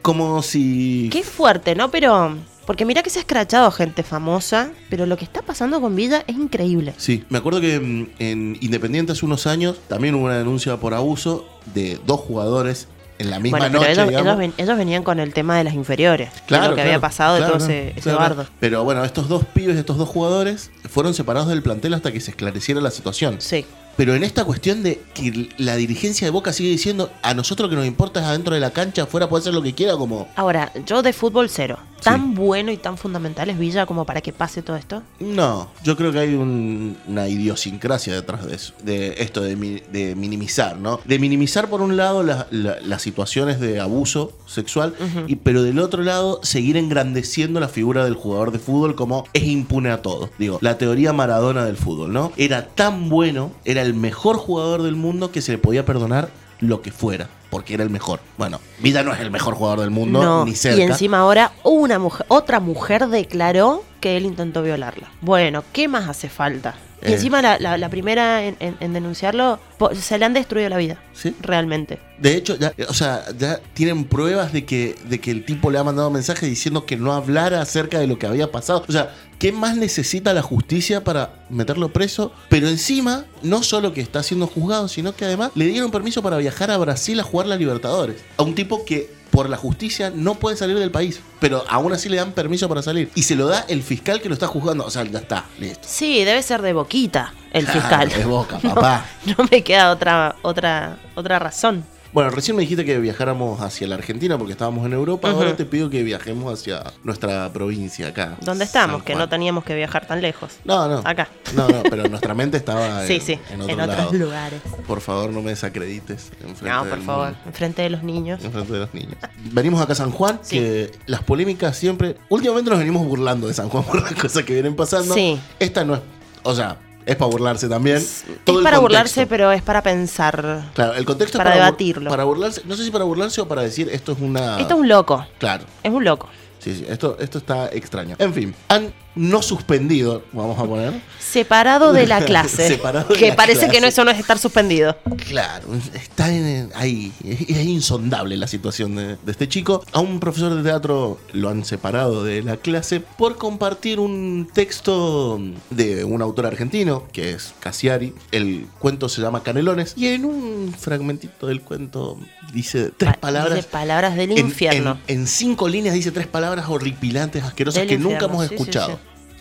Como si.
Oh. Qué fuerte, ¿no? Pero. Porque mira que se ha escrachado gente famosa, pero lo que está pasando con Villa es increíble.
Sí, me acuerdo que mm, en Independiente hace unos años también hubo una denuncia por abuso de dos jugadores en la misma
bueno,
noche.
pero ellos,
digamos.
ellos ven- ellos venían con el tema de las inferiores. que es
Claro,
lo que
claro,
había pasado
claro,
de todo ese,
claro,
ese
claro.
bardo.
Pero bueno, estos dos pibes, estos dos jugadores, fueron separados del plantel hasta que se esclareciera la situación.
Sí.
Pero en esta cuestión de que la dirigencia de Boca sigue diciendo, a nosotros lo que nos importa es adentro de la cancha, afuera puede hacer lo que quiera, como...
Ahora, yo de fútbol cero. ¿Tan bueno y tan fundamental es Villa como para que pase todo esto?
No, yo creo que hay un- una idiosincrasia detrás de eso, de esto de, mi- de minimizar, ¿no? De minimizar por un lado la- la- las situaciones de abuso sexual,
Ujú.
y, pero del otro lado seguir engrandeciendo la figura del jugador de fútbol como es impune a todo. Digo, la teoría Maradona del fútbol, ¿no? Era tan bueno, era el mejor jugador del mundo que se le podía perdonar lo que fuera, porque era el mejor. Bueno, Vida no es el mejor jugador del mundo, ni cerca.
Y encima ahora una mujer, otra mujer declaró que él intentó violarla. Bueno, ¿qué más hace falta? Y
Eh.
encima la, la- la primera en, en- en denunciarlo, po- se le han destruido la vida.
Sí.
Realmente.
De hecho, ya, o sea, ya tienen pruebas de que, de que el tipo le ha mandado mensajes diciendo que no hablara acerca de lo que había pasado. O sea, ¿qué más necesita la justicia para meterlo preso? Pero encima, no solo que está siendo juzgado, sino que además le dieron permiso para viajar a Brasil a jugar la Libertadores. A un tipo que por la justicia no puede salir del país, pero aún así le dan permiso para salir. Y se lo da el fiscal que lo está juzgando. O sea, ya está, listo.
Sí, debe ser de boquita el
Claro,
fiscal.
Ah, de boca,
[LAUGHS] No,
papá.
No, me queda otra, otra, otra razón.
Bueno, recién me dijiste que viajáramos hacia la Argentina porque estábamos en Europa. Ahora
Ujú.
te pido que viajemos hacia nuestra provincia acá.
¿Dónde
San
estamos? Que
Juan.
no teníamos que viajar tan lejos.
No, no.
Acá.
No, no, pero nuestra mente estaba
[LAUGHS] sí,
en,
sí.
en otro
otros
lado.
lugares.
Por favor, no me desacredites. enfrente
No,
del
por favor.
mundo,
Enfrente de los niños.
enfrente de los niños. Venimos acá a San Juan, que las polémicas siempre. Últimamente nos venimos burlando de San Juan por las cosas que vienen pasando.
Sí.
Esta no es. O sea, es para burlarse también. Todo
es
el
para
contexto.
burlarse, pero es para pensar.
Claro, el contexto es
para
bur-
debatirlo.
Para burlarse. No sé si para burlarse o para decir esto es una.
Esto es un loco.
Claro.
Es un loco.
Sí, sí, esto, esto está extraño. En fin, han no suspendido, vamos a poner.
Separado de
[LAUGHS]
la clase.
Separado de
que
la
parece
clase.
que no eso no es estar suspendido.
Claro, está en- ahí. Es, es insondable la situación de, de este chico. A un profesor de teatro lo han separado de la clase por compartir un texto de un autor argentino, que es Cassiari. El cuento se llama Canelones. Y en un fragmentito del cuento dice tres palabras.
Dice palabras del
en-
infierno.
En, en cinco líneas dice tres palabras horripilantes, asquerosas,
Del
que nunca
infierno,
hemos
sí, sí,
escuchado.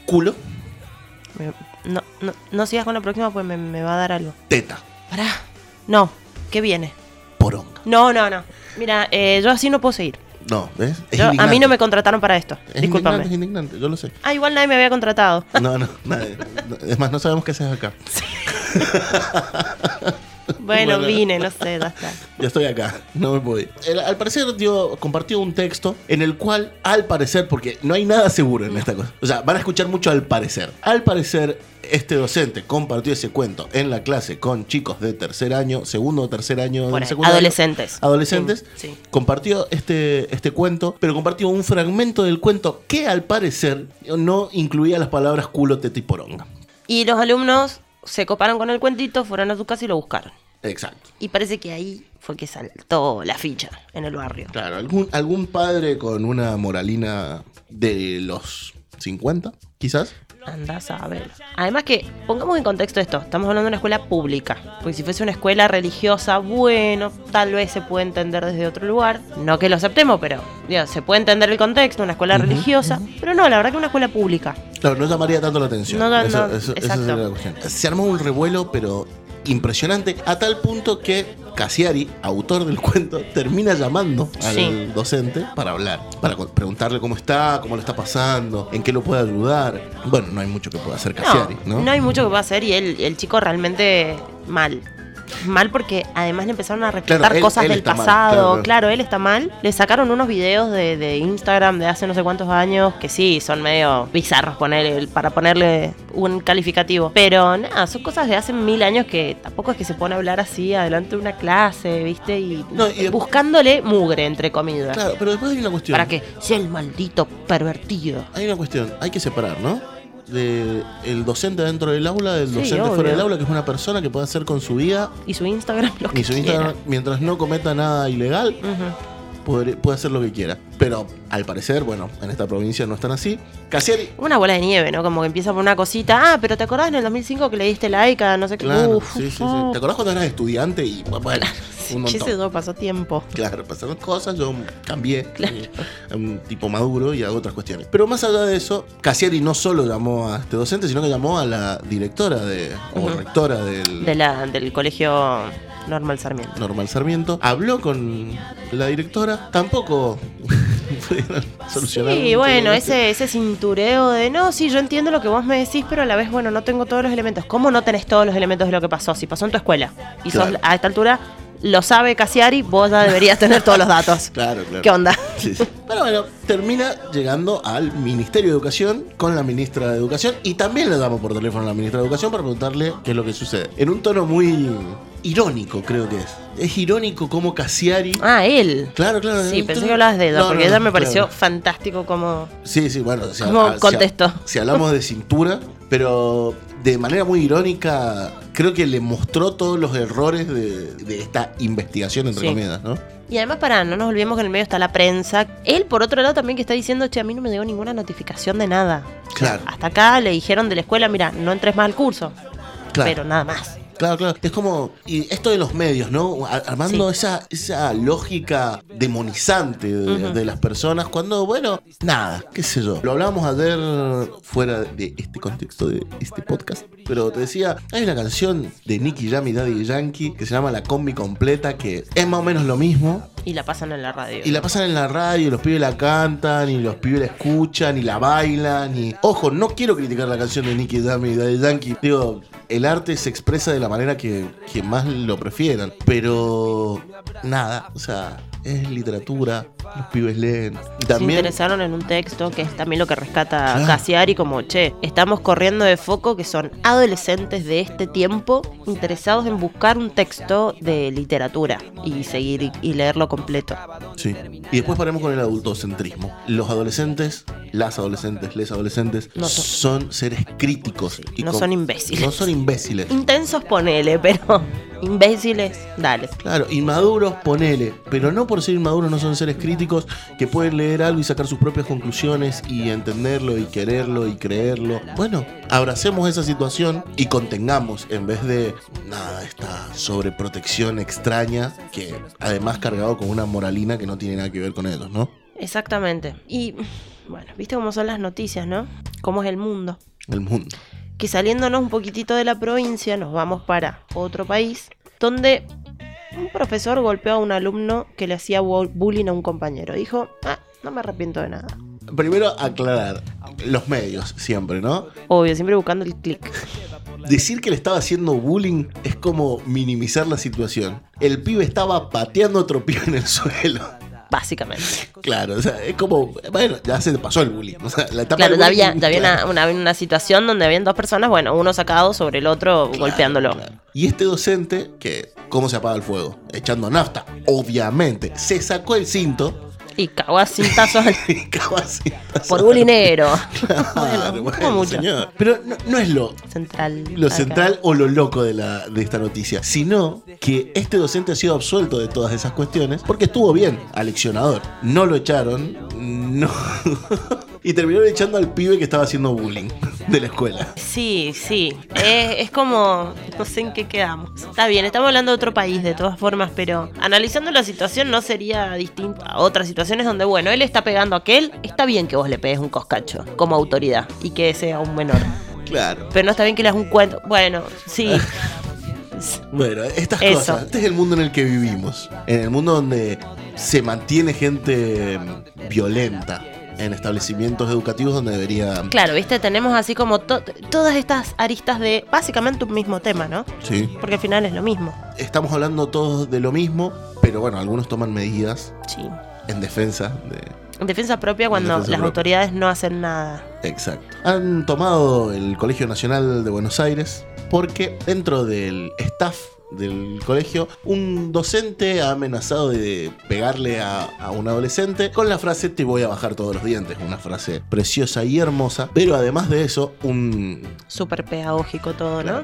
Culo,
Me- No, no, no sigas con la próxima porque me, me va a dar algo.
teta,
No, ¿qué viene?
poronga.
No, no, no. Mira, eh, yo así no puedo seguir.
No, ¿ves? Es
Yo- a mí
indignante.
no me contrataron para esto.
Es indignante,
Discúlpame.
es indignante, yo lo sé.
Ah, igual nadie me había
[LAUGHS]
contratado.
No, no, nadie. No, Es más, no sabemos qué haces acá.
Bueno,
Bueno.
vine, no sé, ya está.
Ya estoy acá, [LAUGHS] no me pude. Él, al parecer dio, compartió un texto en el cual, al parecer, porque no hay nada seguro en esta cosa, o sea, van a escuchar mucho al parecer. Al parecer, este docente compartió ese cuento en la clase con chicos de tercer año, segundo o tercer año
Por
de
ahí,
secundaria.
adolescentes. Mm,
Adolescentes.
Sí, sí.
Compartió este, este cuento, pero compartió un fragmento del cuento que, al parecer, no incluía las palabras culo, teta y poronga.
Y los alumnos se coparon con el cuentito, fueron a su casa y lo buscaron.
Exacto.
Y parece que ahí fue que saltó la ficha en el barrio.
Claro, algún, algún padre con una moralina de los 50, quizás.
Andás a ver. Además que, pongamos en contexto esto, estamos hablando de una escuela pública. Porque si fuese una escuela religiosa, bueno, tal vez se puede entender desde otro lugar. No que lo aceptemos, pero digo, se puede entender el contexto, una escuela
Ujú,
religiosa. Pero no, la verdad que una escuela pública.
Claro, no llamaría tanto la atención.
No, no,
Eso-
no,
eso- esa
exacto.
sería la cuestión. Se armó un revuelo, pero impresionante, a tal punto que Cassiari, autor del cuento, termina llamando al
Sí.
docente para hablar, para co- preguntarle cómo está, cómo lo está pasando, en qué lo puede ayudar. Bueno, no hay mucho que pueda hacer
No,
Cassiari, ¿no?
no hay mucho que pueda hacer y el, el chico realmente mal. Mal porque además le empezaron a replicar
Claro, él-
cosas
él
del
está mal,
pasado.
claro.
claro. él está mal. Le sacaron unos videos de, de Instagram de hace no sé cuántos años que sí, son medio bizarros poner, para ponerle un calificativo. Pero nada, son cosas de hace mil años que tampoco es que se pone a hablar así adelante de una clase, ¿viste? Y, buscándole mugre, entre comillas.
Claro, pero después hay una cuestión.
Para que sea el maldito pervertido.
Hay una cuestión, hay que separar, ¿no? De el docente dentro del aula, del
Sí,
docente
obvio.
fuera del aula, que es una persona que puede hacer con su vida
Y su Instagram lo
y
que
su Instagram
quiera.
mientras no cometa nada ilegal.
Ujú.
podre- puede hacer lo que quiera. Pero al parecer, bueno, en esta provincia no están así. Casieri,
Una bola de nieve, ¿no? Como que empieza por una cosita. Ah, pero ¿te acordás en el 2005 que le diste like a no sé qué?
claro,
Uf,
sí, sí, sí. ¿Te acordás cuando eras estudiante y bueno, un
¿qué
montón?
se dio? Pasó tiempo.
Claro, pasaron cosas, yo cambié eh, a un tipo maduro y hago otras cuestiones. Pero más allá de eso, Casieri no solo llamó a este docente, sino que llamó a la directora de, o
Ujú.
rectora del
De la, del colegio Normal Sarmiento.
Normal Sarmiento. Habló con la directora, tampoco [LAUGHS] pudieron solucionar.
Sí,
mucho este-
bueno,
debate.
ese, ese cintureo de no, sí, yo entiendo lo que vos me decís, pero a la vez, bueno, no tengo todos los elementos. ¿Cómo no tenés todos los elementos de lo que pasó? Si pasó en tu escuela y sos-
Claro.
a esta altura lo sabe Casiari, vos ya deberías tener todos los datos.
[LAUGHS] Claro, claro.
¿Qué onda?
Sí, sí. Pero bueno, termina llegando al Ministerio de Educación con la ministra de Educación y también le damos por teléfono a la ministra de Educación para preguntarle qué es lo que sucede. En un tono muy irónico, creo que es. Es irónico como Cassiari.
Ah, él.
Claro, claro.
Sí,
en un
pensé
tono-
que hablabas de ella,
No, no,
porque
no,
ella me
claro.
pareció fantástico como...
Sí, sí, bueno. Si, ah,
¿Cómo
si-
contesto?
si hablamos de cintura, pero de manera muy irónica, creo que le mostró todos los errores de, de esta investigación, entre
Sí.
comillas, ¿no?
Y además, para, no nos olvidemos que en el medio está la prensa. Él, por otro lado, también que está diciendo, che, a mí no me llegó ninguna notificación de nada.
Claro.
Hasta acá le dijeron de la escuela, mira, no entres más al curso.
Claro.
Pero nada más.
Claro, claro. Es como. Y esto de los medios, ¿no? Ar- Armando esa, esa lógica demonizante de,
Ujú.
de las personas cuando, bueno, nada, qué sé yo. Lo hablábamos ayer fuera de este contexto de este podcast, pero te decía, hay una canción de Nicky Jam y Daddy Yankee que se llama La Combi Completa, que es más o menos lo mismo.
Y la pasan en la radio.
Y la pasan en la radio, y los pibes la cantan, y los pibes la escuchan, y la bailan, y... Ojo, no quiero criticar la canción de Nicky Jam y Daddy Yankee. Digo, el arte se expresa de la manera que, que más lo prefieran. Pero... Nada, o sea, es literatura, los pibes leen. Y
Se
también...
interesaron en un texto que es también lo que rescata
Claro.
Cassiari, como che, estamos corriendo de foco que son adolescentes de este tiempo interesados en buscar un texto de literatura y seguir y, y leerlo completo.
Sí. Y después paremos con el adultocentrismo. Los adolescentes, las adolescentes, les adolescentes,
No son-
son seres críticos. Y
no
con-
son imbéciles.
No son imbéciles.
Intensos ponele, [LAUGHS] pero imbéciles, dale.
Claro, inmaduros, ponele. Pero no por ser inmaduros no son seres críticos que pueden leer algo y sacar sus propias conclusiones y entenderlo y quererlo y creerlo. Bueno, abracemos esa situación y contengamos en vez de nada, esta sobreprotección extraña que además cargado con una moralina que no tiene nada que ver con ellos, ¿no?
Exactamente. Y bueno, viste cómo son las noticias, ¿no? Cómo es el mundo.
El mundo.
que saliéndonos un poquitito de la provincia nos vamos para otro país donde un profesor golpeó a un alumno que le hacía bu- bullying a un compañero. Dijo, ah, no me arrepiento de nada.
Primero aclarar, los medios siempre, ¿no?
Obvio, siempre buscando el clic.
Decir que le estaba haciendo bullying es como minimizar la situación. El pibe estaba pateando a otro pibe en el suelo.
Básicamente.
[LAUGHS] Claro, o sea, es como, bueno, ya se te pasó el bullying. O sea, la etapa
Claro,
del
ya
bullying,
había, ya había una,
claro.
una, una situación donde habían dos personas, bueno, uno sacado sobre el otro golpeándolo.
Y este docente, que, ¿cómo se apaga el fuego? Echando nafta, obviamente. Se sacó el cinto. [LAUGHS]
Y cagó a cintazos al-
y cagó a cintazos.
Por bulinero.
[LAUGHS]
[LAUGHS]
Claro, bueno,
mucho.
señor. Pero no, no es lo,
Central.
lo
acá.
central o lo loco de, la, de esta noticia, sino que este docente ha sido absuelto de todas esas cuestiones porque estuvo bien, aleccionador. No lo echaron, no. [LAUGHS] y terminaron echando al pibe que estaba haciendo bullying de la escuela.
Sí, sí. Es, es como, no sé en qué quedamos. Está bien, estamos hablando de otro país de todas formas, pero analizando la situación no sería distinta a otras situaciones donde, bueno, él está pegando a aquel, está bien que vos le pegues un coscacho como autoridad y que sea un menor.
Claro.
Pero no está bien que le hagas un cuento. Bueno, sí.
Bueno, estas
Eso.
cosas. Este es el mundo en el que vivimos. En el mundo donde se mantiene gente mm, violenta en establecimientos educativos donde debería.
Claro, viste, tenemos así como to- todas estas aristas de básicamente un mismo tema, ¿no?
Sí.
Porque al final es lo mismo.
Estamos hablando todos de lo mismo, pero bueno, algunos toman medidas
Sí.
en defensa de,
En defensa propia cuando
defensa
las
propia.
autoridades no hacen nada.
Exacto. Han tomado el Colegio Nacional de Buenos Aires porque dentro del staff del colegio, un docente ha amenazado de pegarle a, a un adolescente con la frase te voy a bajar todos los dientes, una frase preciosa y hermosa, pero además de eso, un...
Súper pedagógico todo, ¿no?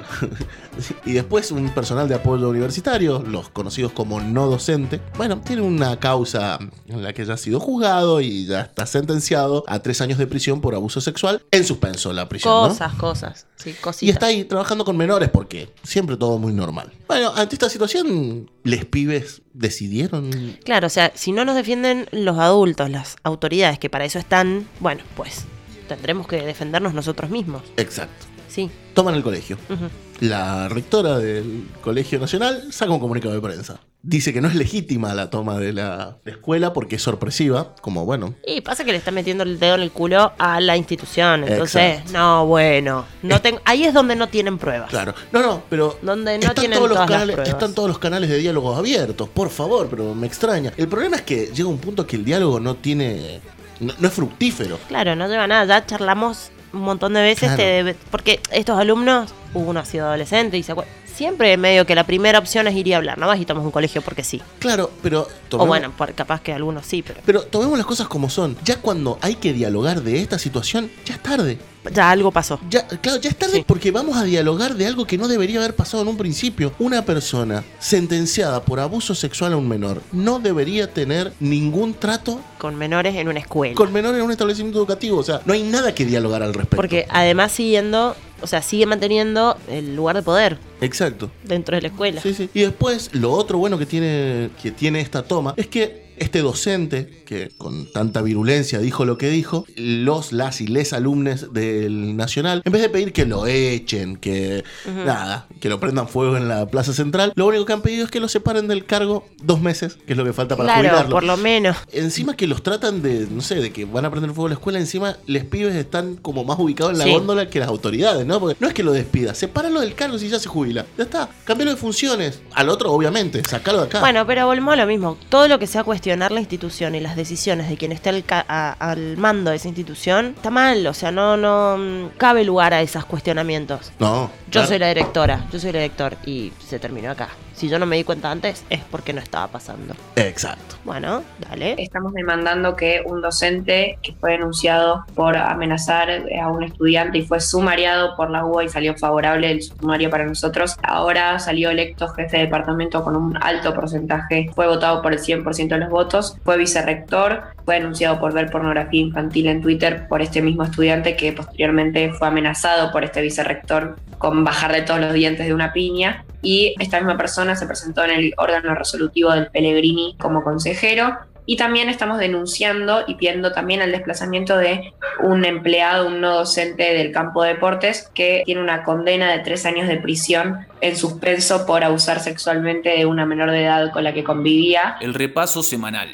y después un personal de apoyo universitario, los conocidos como no docente, bueno, tiene una causa en la que ya ha sido juzgado y ya está sentenciado a tres años de prisión por abuso sexual en suspenso la prisión. ¿no?
Cosas, cosas. Sí, cositas.
Y está ahí trabajando con menores porque siempre todo muy normal. Bueno, ante esta situación, les pibes decidieron.
Claro, o sea, si no nos defienden los adultos, las autoridades que para eso están, bueno, pues tendremos que defendernos nosotros mismos.
Exacto.
Sí.
Toman el colegio.
Ujú.
La rectora del Colegio Nacional saca un comunicado de prensa. Dice que no es legítima la toma de la escuela porque es sorpresiva, como bueno.
Y pasa que le está metiendo el dedo en el culo a la institución, entonces,
Exacto.
no, bueno, no ten- ahí es donde no tienen pruebas.
Claro. No, no, pero
Donde no
están,
tienen
todos los
todas las
canales,
pruebas.
están todos los canales de diálogos abiertos, por favor, pero me extraña. El problema es que llega un punto que el diálogo no tiene. no, no es fructífero.
Claro, no lleva nada. Ya charlamos un montón de veces.
Claro.
te- porque estos alumnos, uno ha sido adolescente y se acuer- Siempre medio que la primera opción es ir y hablar. No vas y tomas un colegio porque sí.
Claro, pero.
O
tomemos-
bueno, por- capaz que algunos sí, pero.
Pero tomemos las cosas como son. Ya cuando hay que dialogar de esta situación, ya es tarde.
Ya algo pasó.
Ya, claro, ya es tarde porque vamos a dialogar de algo que no debería haber pasado en un principio. Una persona sentenciada por abuso sexual a un menor no debería tener ningún trato
Con menores en una escuela.
con menor en un establecimiento educativo. O sea, no hay nada que dialogar al respecto.
Porque además siguiendo, o sea, sigue manteniendo el lugar de poder
Exacto.
dentro de la escuela.
Sí, sí. Y después, lo otro bueno que tiene, que tiene esta toma es que este docente, que con tanta virulencia dijo lo que dijo, los, las y les alumnos del Nacional, en vez de pedir que lo echen, que
Ujú.
nada, que lo prendan fuego en la Plaza Central, lo único que han pedido es que lo separen del cargo dos meses, que es lo que falta para
Claro,
jubilarlo.
por lo menos.
Encima que los tratan de, no sé, de que van a prender fuego a la escuela, encima les pibes están como más ubicados en la
Sí.
góndola que las autoridades, ¿no? Porque no es que lo despida, sepáralo del cargo si ya se jubila. Ya está, cambialo de funciones. Al otro, obviamente, sacalo de acá.
Bueno, pero volvemos a lo mismo. Todo lo que sea cuestionar la institución y las decisiones de quien esté al, ca- a- al mando de esa institución está mal. O sea, no, no mm, cabe lugar a esos cuestionamientos.
No.
Yo
claro.
soy la directora, yo soy el director y se terminó acá. Si yo no me di cuenta antes es porque no estaba pasando.
Exacto.
Bueno, dale.
Estamos demandando que un docente que fue denunciado por amenazar a un estudiante y fue sumariado por la UBA y salió favorable el sumario para nosotros, ahora salió electo jefe de departamento con un alto porcentaje, fue votado por el 100% de los votos, fue vicerrector, fue denunciado por ver pornografía infantil en Twitter por este mismo estudiante que posteriormente fue amenazado por este vicerrector con bajarle todos los dientes de una piña. Y esta misma persona se presentó en el órgano resolutivo del Pellegrini como consejero y también estamos denunciando y pidiendo también el desplazamiento de un empleado, un no docente del campo de deportes que tiene una condena de tres años de prisión en suspenso por abusar sexualmente de una menor de edad con la que convivía.
El repaso semanal.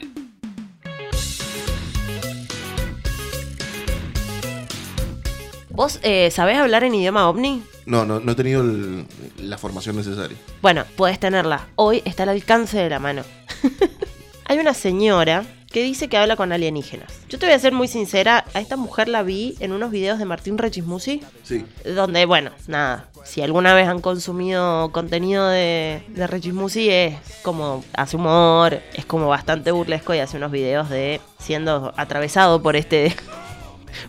¿Vos eh, sabés hablar en idioma ovni?
No, no, no he tenido el- la formación necesaria.
Bueno, podés tenerla. Hoy está al alcance de la mano. Hay una señora que dice que habla con alienígenas. Yo te voy a ser muy sincera, a esta mujer la vi en unos videos de Martín Rechismusi,
Sí.
donde, bueno, nada, si alguna vez han consumido contenido de, de Rechismusi es como, hace humor, es como bastante burlesco y hace unos videos de siendo atravesado por este...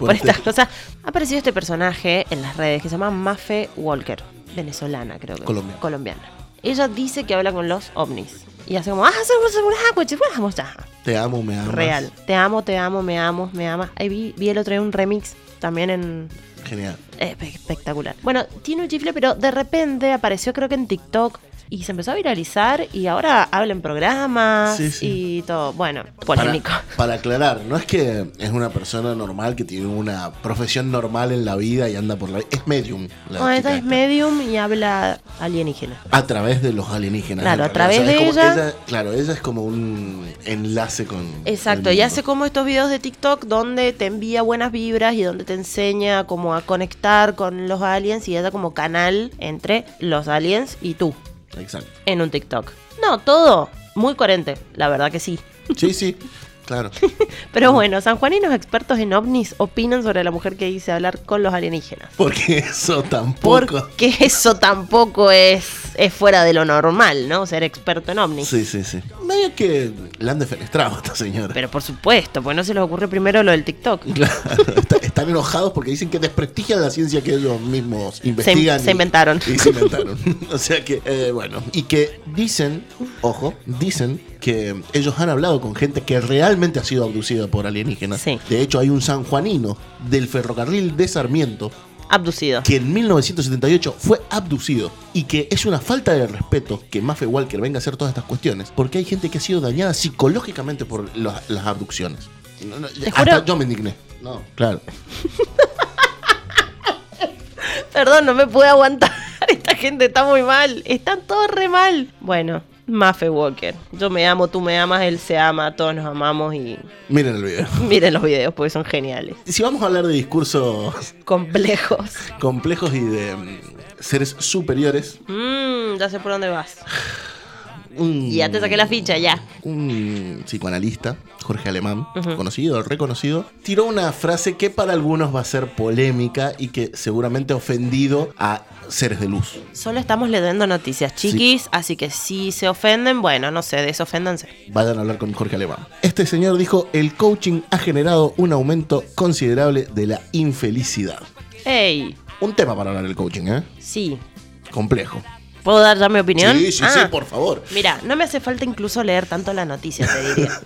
Por,
Por este-
estas cosas. Ha aparecido este personaje en las redes que se llama Mafe Walker, venezolana creo que.
Colombiana.
Colombiana. Ella dice que habla con los ovnis. Y hace como, ah, somos- somos- ah, cuachi- ah, somos- ah".
Te amo, me amas.
Real. Te amo, te amo, me amo, me amas. Ahí vi, vi el otro día un remix también en...
Genial.
eh, espe- espectacular. Bueno, tiene un chifle, pero de repente apareció creo que en TikTok y se empezó a viralizar y ahora habla en programas
Sí, sí.
y todo. Bueno,
Para,
polémico.
para aclarar, no es que es una persona normal que tiene una profesión normal en la vida y anda por la Es medium. la
Bueno,
chica
ella es medium y habla alienígena.
A través de los alienígenas.
Claro,
en
a
realidad.
través
es
de
como-
ella-
Claro, ella es como un enlace con.
Exacto,
el
y
mundo.
hace como estos videos de TikTok donde te envía buenas vibras y donde te enseña como a conectar con los aliens y ella como canal entre los aliens y tú
Exacto.
en un TikTok. No, todo muy coherente, la verdad que sí.
Sí, sí.
[LAUGHS]
Claro. Mm.
Pero bueno, sanjuaninos expertos en ovnis opinan sobre la mujer que dice hablar con los alienígenas.
Porque eso tampoco.
Porque eso tampoco es, es fuera de lo normal, ¿no? Ser experto en ovnis.
Sí, sí, sí. Medio que la han defenestrado a esta señora.
Pero por supuesto, pues no se les ocurre primero lo del TikTok.
[LAUGHS] Claro, está- están enojados porque dicen que desprestigian la ciencia que ellos mismos investigan.
se
y-
inventaron.
Y se inventaron. [LAUGHS] o sea que, eh, bueno. Y que dicen, ojo, dicen que ellos han hablado con gente que realmente ha sido abducida por alienígenas. De hecho, hay un sanjuanino del ferrocarril de Sarmiento.
Abducido.
Que en 1978 fue abducido. Y que es una falta de respeto que Maffe Walker venga a hacer todas estas cuestiones. Porque hay gente que ha sido dañada psicológicamente por las- las abducciones. No, no,
Te
hasta
juro-
yo me indigné. No, claro.
Perdón, no me pude aguantar. [LAUGHS] Esta gente está muy mal. Están todos re mal. Bueno, Maffe Walker. Yo me amo, tú me amas, él se ama, todos nos amamos y
Miren el video. [LAUGHS]
miren los videos porque son geniales.
Si vamos a hablar de discursos
Complejos.
complejos y de mm, seres superiores,
Mmm, ya sé por dónde vas.
un,
Y ya te saqué la ficha, ya.
un psicoanalista, Jorge Alemán,
Ujú.
conocido, reconocido, tiró una frase que para algunos va a ser polémica y que seguramente ha ofendido a seres de luz.
Solo estamos leyendo noticias chiquis, así que si se ofenden, bueno, no sé, desoféndanse.
Vayan a hablar con Jorge Alemán. Este señor dijo, el coaching ha generado un aumento considerable de la infelicidad.
Ey,
Un tema para hablar del coaching, ¿eh?
sí.
Complejo.
¿Puedo dar ya mi opinión?
Sí, sí, sí,
Ah.
por favor.
Mira, no me hace falta incluso leer tanto la noticia, te diría.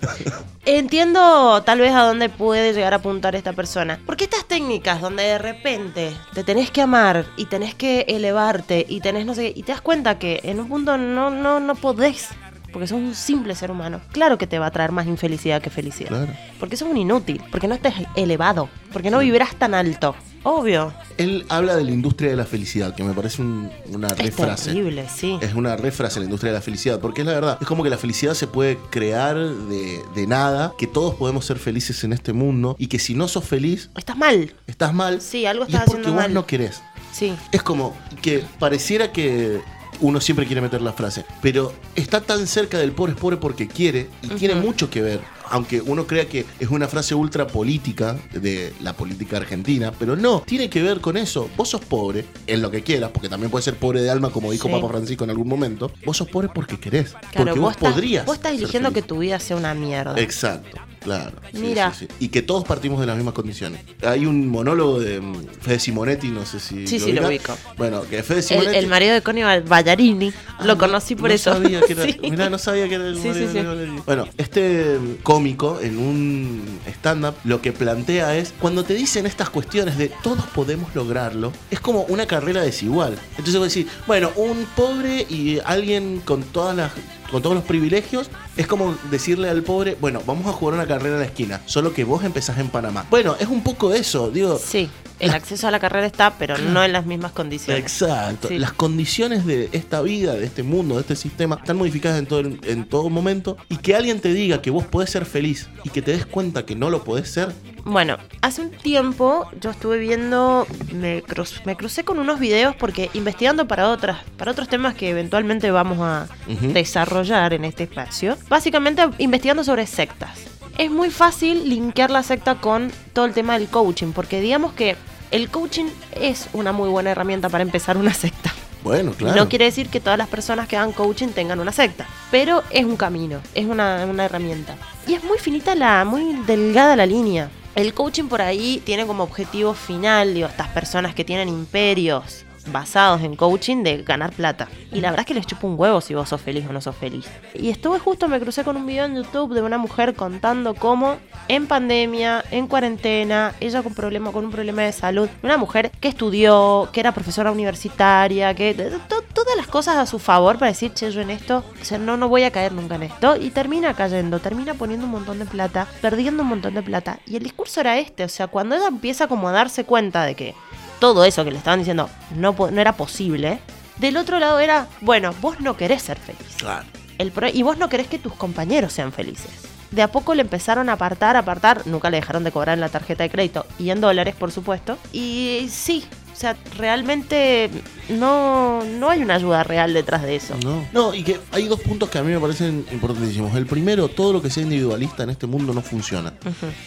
Entiendo tal vez a dónde puede llegar a apuntar esta persona. Porque estas técnicas donde de repente te tenés que amar y tenés que elevarte y tenés no sé qué, y te das cuenta que en un punto no, no, no podés. Porque sos un simple ser humano. Claro que te va a traer más infelicidad que felicidad.
Claro.
Porque sos un inútil. Porque no estés elevado. Porque no vivirás tan alto. Obvio.
Él habla de la industria de la felicidad, que me parece un- una
Es
refrase.
terrible, sí.
Es una refrase en la industria de la felicidad, porque es la verdad. Es como que la felicidad se puede crear de, de nada, que todos podemos ser felices en este mundo y que si no sos feliz,
Estás mal.
estás mal.
Sí, algo
y es
estás
porque
haciendo
vos
mal.
no querés.
Sí.
Es como que pareciera que uno siempre quiere meter la frase, pero está tan cerca del pobre es pobre porque quiere y tiene mucho que ver. Aunque uno crea que es una frase ultra política de la política argentina, pero no, tiene que ver con eso. Vos sos pobre en lo que quieras, porque también puedes ser pobre de alma, como dijo
Sí.
Papa Francisco en algún momento. Vos sos pobre porque querés,
Claro,
porque
vos,
vos,
estás,
podrías.
vos estás
ser
eligiendo que
feliz.
tu vida sea una mierda.
Exacto, claro. Sí,
Mira.
sí, sí. Y que todos partimos de las mismas condiciones. Hay un monólogo de mm, Fede Simonetti, no sé si.
Sí, sí, lo
ubica.
ubico.
Bueno, que Fede
El,
Simonetti.
el marido de Connie Ballarini. lo conocí por
Ah, no
eso.
sabía que era-
[LAUGHS] Sí.
mirá, no sabía que era el
Sí,
marido
sí,
de
sí.
Ballarini. Bueno, este cómico en un stand-up lo que plantea es, cuando te dicen estas cuestiones de todos podemos lograrlo, es como una carrera desigual. Entonces vos decís, bueno, un pobre y alguien con todas las con todos los privilegios, es como decirle al pobre, bueno, vamos a jugar una carrera en la esquina, solo que vos empezás en Panamá. Bueno, es un poco eso, digo,
Sí, el acceso a la carrera está,
[CLEARS THROAT]
pero no en las mismas condiciones.
Exacto.
Sí.
Las condiciones de esta vida, de este mundo, de este sistema, están modificadas en todo, en todo momento. Y que alguien te diga que vos podés ser feliz y que te des cuenta que no lo podés ser,
Bueno, hace un tiempo yo estuve viendo, me, cruz- me crucé con unos videos porque investigando para otras, para otros temas que eventualmente vamos a
Ujú.
desarrollar en este espacio, básicamente investigando sobre sectas. Es muy fácil linkear la secta con todo el tema del coaching, porque digamos que el coaching es una muy buena herramienta para empezar una secta.
bueno, claro.
No quiere decir que todas las personas que hagan coaching tengan una secta, pero es un camino, es una, una herramienta. Y es muy finita la, muy delgada la línea. El coaching por ahí tiene como objetivo final, digo, estas personas que tienen imperios basados en coaching de ganar plata. Y la verdad es que les chupa un huevo si vos sos feliz o no sos feliz. Y estuve justo, me crucé con un video en YouTube de una mujer contando cómo en pandemia, en cuarentena, ella con problema, con un problema de salud, una mujer que estudió, que era profesora universitaria, que to- todas las cosas a su favor para decir, che, yo en esto, o sea, no, no voy a caer nunca en esto. Y termina cayendo, termina poniendo un montón de plata, perdiendo un montón de plata. Y el discurso era este, o sea, cuando ella empieza como a darse cuenta de que todo eso que le estaban diciendo no, po- no era posible, del otro lado era, bueno, vos no querés ser feliz.
Claro.
El pro- y vos no querés que tus compañeros sean felices. De a poco le empezaron a apartar, a apartar, nunca le dejaron de cobrar en la tarjeta de crédito y en dólares, por supuesto. Y sí, O sea, realmente no, no hay una ayuda real detrás de eso.
No. No, y que hay dos puntos que a mí me parecen importantísimos. El primero, todo lo que sea individualista en este mundo no funciona.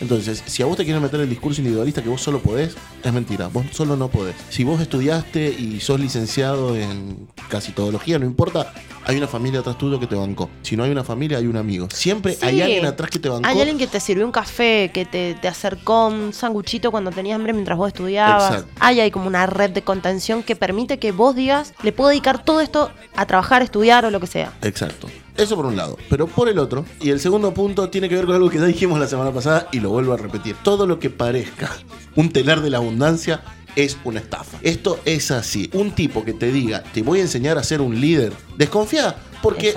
Entonces, si a vos te quieren meter el discurso individualista que vos solo podés, es mentira, vos solo no podés. Si vos estudiaste y sos licenciado en casi todología, no importa, hay una familia atrás tuyo que te bancó. Si no hay una familia, hay un amigo. Siempre
Sí.
hay alguien atrás que te bancó.
Hay alguien que te sirvió un café, que te, te acercó un sanguchito cuando tenías hambre mientras vos estudiabas.
Exacto.
Hay, hay como una red de contención que permite que vos digas, le puedo dedicar todo esto a trabajar, estudiar o lo que sea.
Exacto. Eso por un lado. Pero por el otro, y el segundo punto tiene que ver con algo que ya dijimos la semana pasada y lo vuelvo a repetir. Todo lo que parezca un telar de la abundancia es una estafa. Esto es así. Un tipo que te diga, te voy a enseñar a ser un líder, desconfía porque,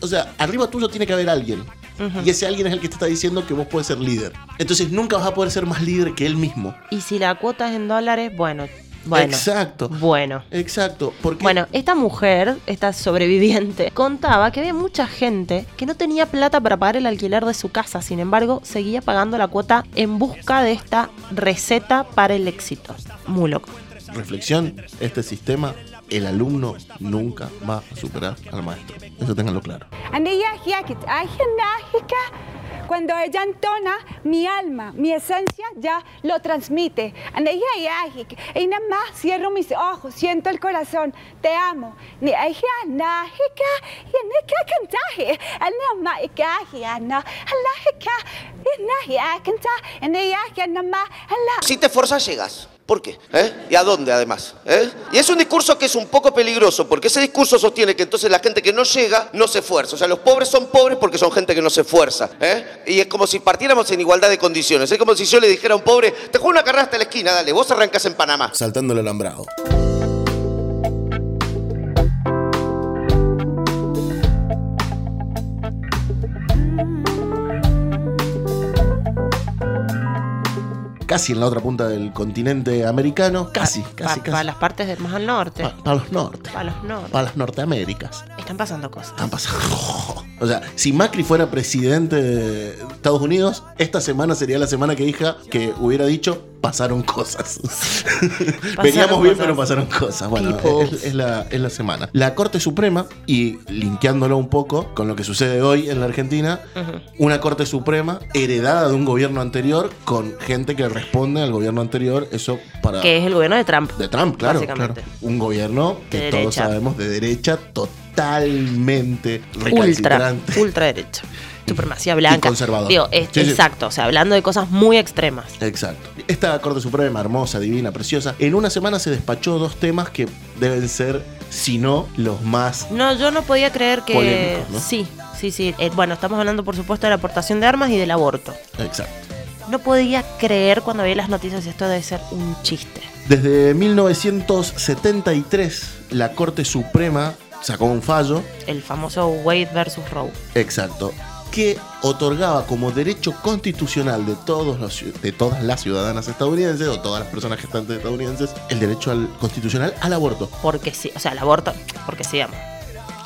o sea, arriba tuyo tiene que haber alguien.
Ujú.
Y ese alguien es el que te está diciendo que vos puedes ser líder. Entonces nunca vas a poder ser más líder que él mismo.
Y si la cuota es en dólares, bueno, bueno.
Exacto.
Bueno.
Exacto. Porque
Bueno, esta mujer, esta sobreviviente, [LAUGHS] contaba que había mucha gente que no tenía plata para pagar el alquiler de su casa, sin embargo, seguía pagando la cuota en busca de esta receta para el éxito. Muy loco.
reflexión, este sistema, el alumno nunca va a superar al maestro. Eso ténganlo claro.
Andía hiakit, ajenájica, cuando ella entona, mi alma, mi esencia ya lo transmite. Andía hiakik, y nada más cierro mis ojos, siento el corazón, te amo. Ni ajenájica, y en esta cantaje, al nama y caje, ana, alajica, y nahia canta, en ella que nama, ala.
Si te esforzas, llegas. ¿Por qué? ¿Eh? ¿Y a dónde además? ¿Eh? Y es un discurso que es un poco peligroso, porque ese discurso sostiene que entonces la gente que no llega no se esfuerza. O sea, los pobres son pobres porque son gente que no se esfuerza. ¿eh? Y es como si partiéramos en igualdad de condiciones. Es como si yo le dijera a un pobre, te juego una carrera hasta la esquina, dale, vos arrancas en Panamá.
Saltando el alambrado. Casi en la otra punta del continente americano. Casi, casi,
Para
casi.
las partes de- más al norte.
Pa- pa' los norte.
Para los norte.
Para las Norteaméricas.
Están pasando cosas.
Están pasando. O sea, si Macri fuera presidente de Estados Unidos, esta semana sería la semana que dije que hubiera dicho pasaron cosas. Veníamos bien,
cosas.
pero pasaron cosas. Bueno, es, es la, es la semana. La Corte Suprema, y linkeándolo un poco con lo que sucede hoy en la Argentina, una Corte Suprema heredada de un gobierno anterior con gente que responde al gobierno anterior, eso para...
Que es el gobierno de Trump.
De Trump, claro,
Básicamente.
claro. Un gobierno que
De
todos
derecha.
sabemos de derecha totalmente
Ultra,
recalcitrante.
ultra
[LAUGHS]
derecha. Supremacía blanca.
conservador.
Digo, es-
Sí, sí.
exacto. O sea, hablando de cosas muy extremas.
Exacto. Esta Corte Suprema, hermosa, divina, preciosa, en una semana se despachó dos temas que deben ser, si no, los más...
No, yo no podía creer que.
Polémicos, ¿no?
Sí, sí, sí. Eh, bueno, estamos hablando, por supuesto, de la aportación de armas y del aborto.
Exacto.
No podía creer cuando veía las noticias esto debe ser un chiste.
Desde 1973, la Corte Suprema sacó un fallo
El famoso Wade versus Roe.
Exacto. Que otorgaba como derecho constitucional de, todos los, ciu- de todas las ciudadanas estadounidenses o todas las personas gestantes estadounidenses el derecho al, constitucional al aborto.
Porque sí, o sea, el aborto, porque sí, amo.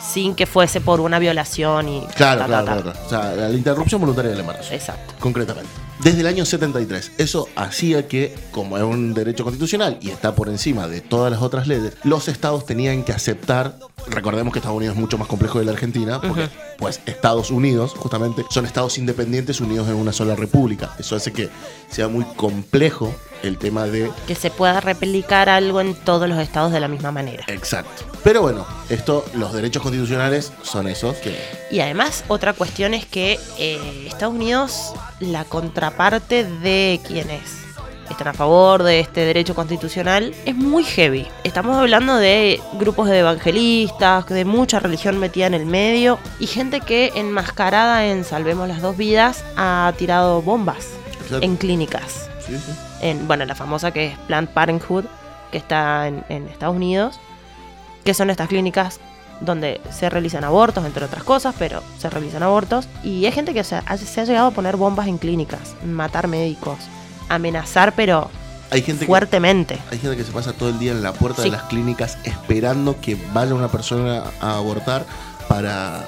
Sin que fuese por una violación y.
Claro,
ta, ta, ta.
claro, claro, claro. O sea, la, la interrupción voluntaria del embarazo.
Exacto.
Concretamente. Desde el año 73. Eso hacía que, como es un derecho constitucional y está por encima de todas las otras leyes, los estados tenían que aceptar. Recordemos que Estados Unidos es mucho más complejo que la Argentina, porque,
Ujú.
pues, Estados Unidos, justamente, son estados independientes unidos en una sola república. Eso hace que sea muy complejo el tema de
Que se pueda replicar algo en todos los estados de la misma manera.
Exacto. Pero bueno, esto, los derechos constitucionales son esos que.
Y además, otra cuestión es que eh, Estados Unidos, la contraparte de quienes están a favor de este derecho constitucional, es muy heavy. Estamos hablando de grupos de evangelistas, de mucha religión metida en el medio, y gente que enmascarada en Salvemos las dos vidas ha tirado bombas
Exacto.
en clínicas.
Sí, sí.
En, bueno, la famosa que es Planned Parenthood, que está en- en Estados Unidos que son estas clínicas donde se realizan abortos, entre otras cosas, pero se realizan abortos. Y hay gente que o sea, ha- se ha llegado a poner bombas en clínicas, matar médicos, amenazar, pero
Hay gente que-
fuertemente.
Hay gente que se pasa todo el día en la puerta
Sí.
de las clínicas esperando que vaya una persona a abortar para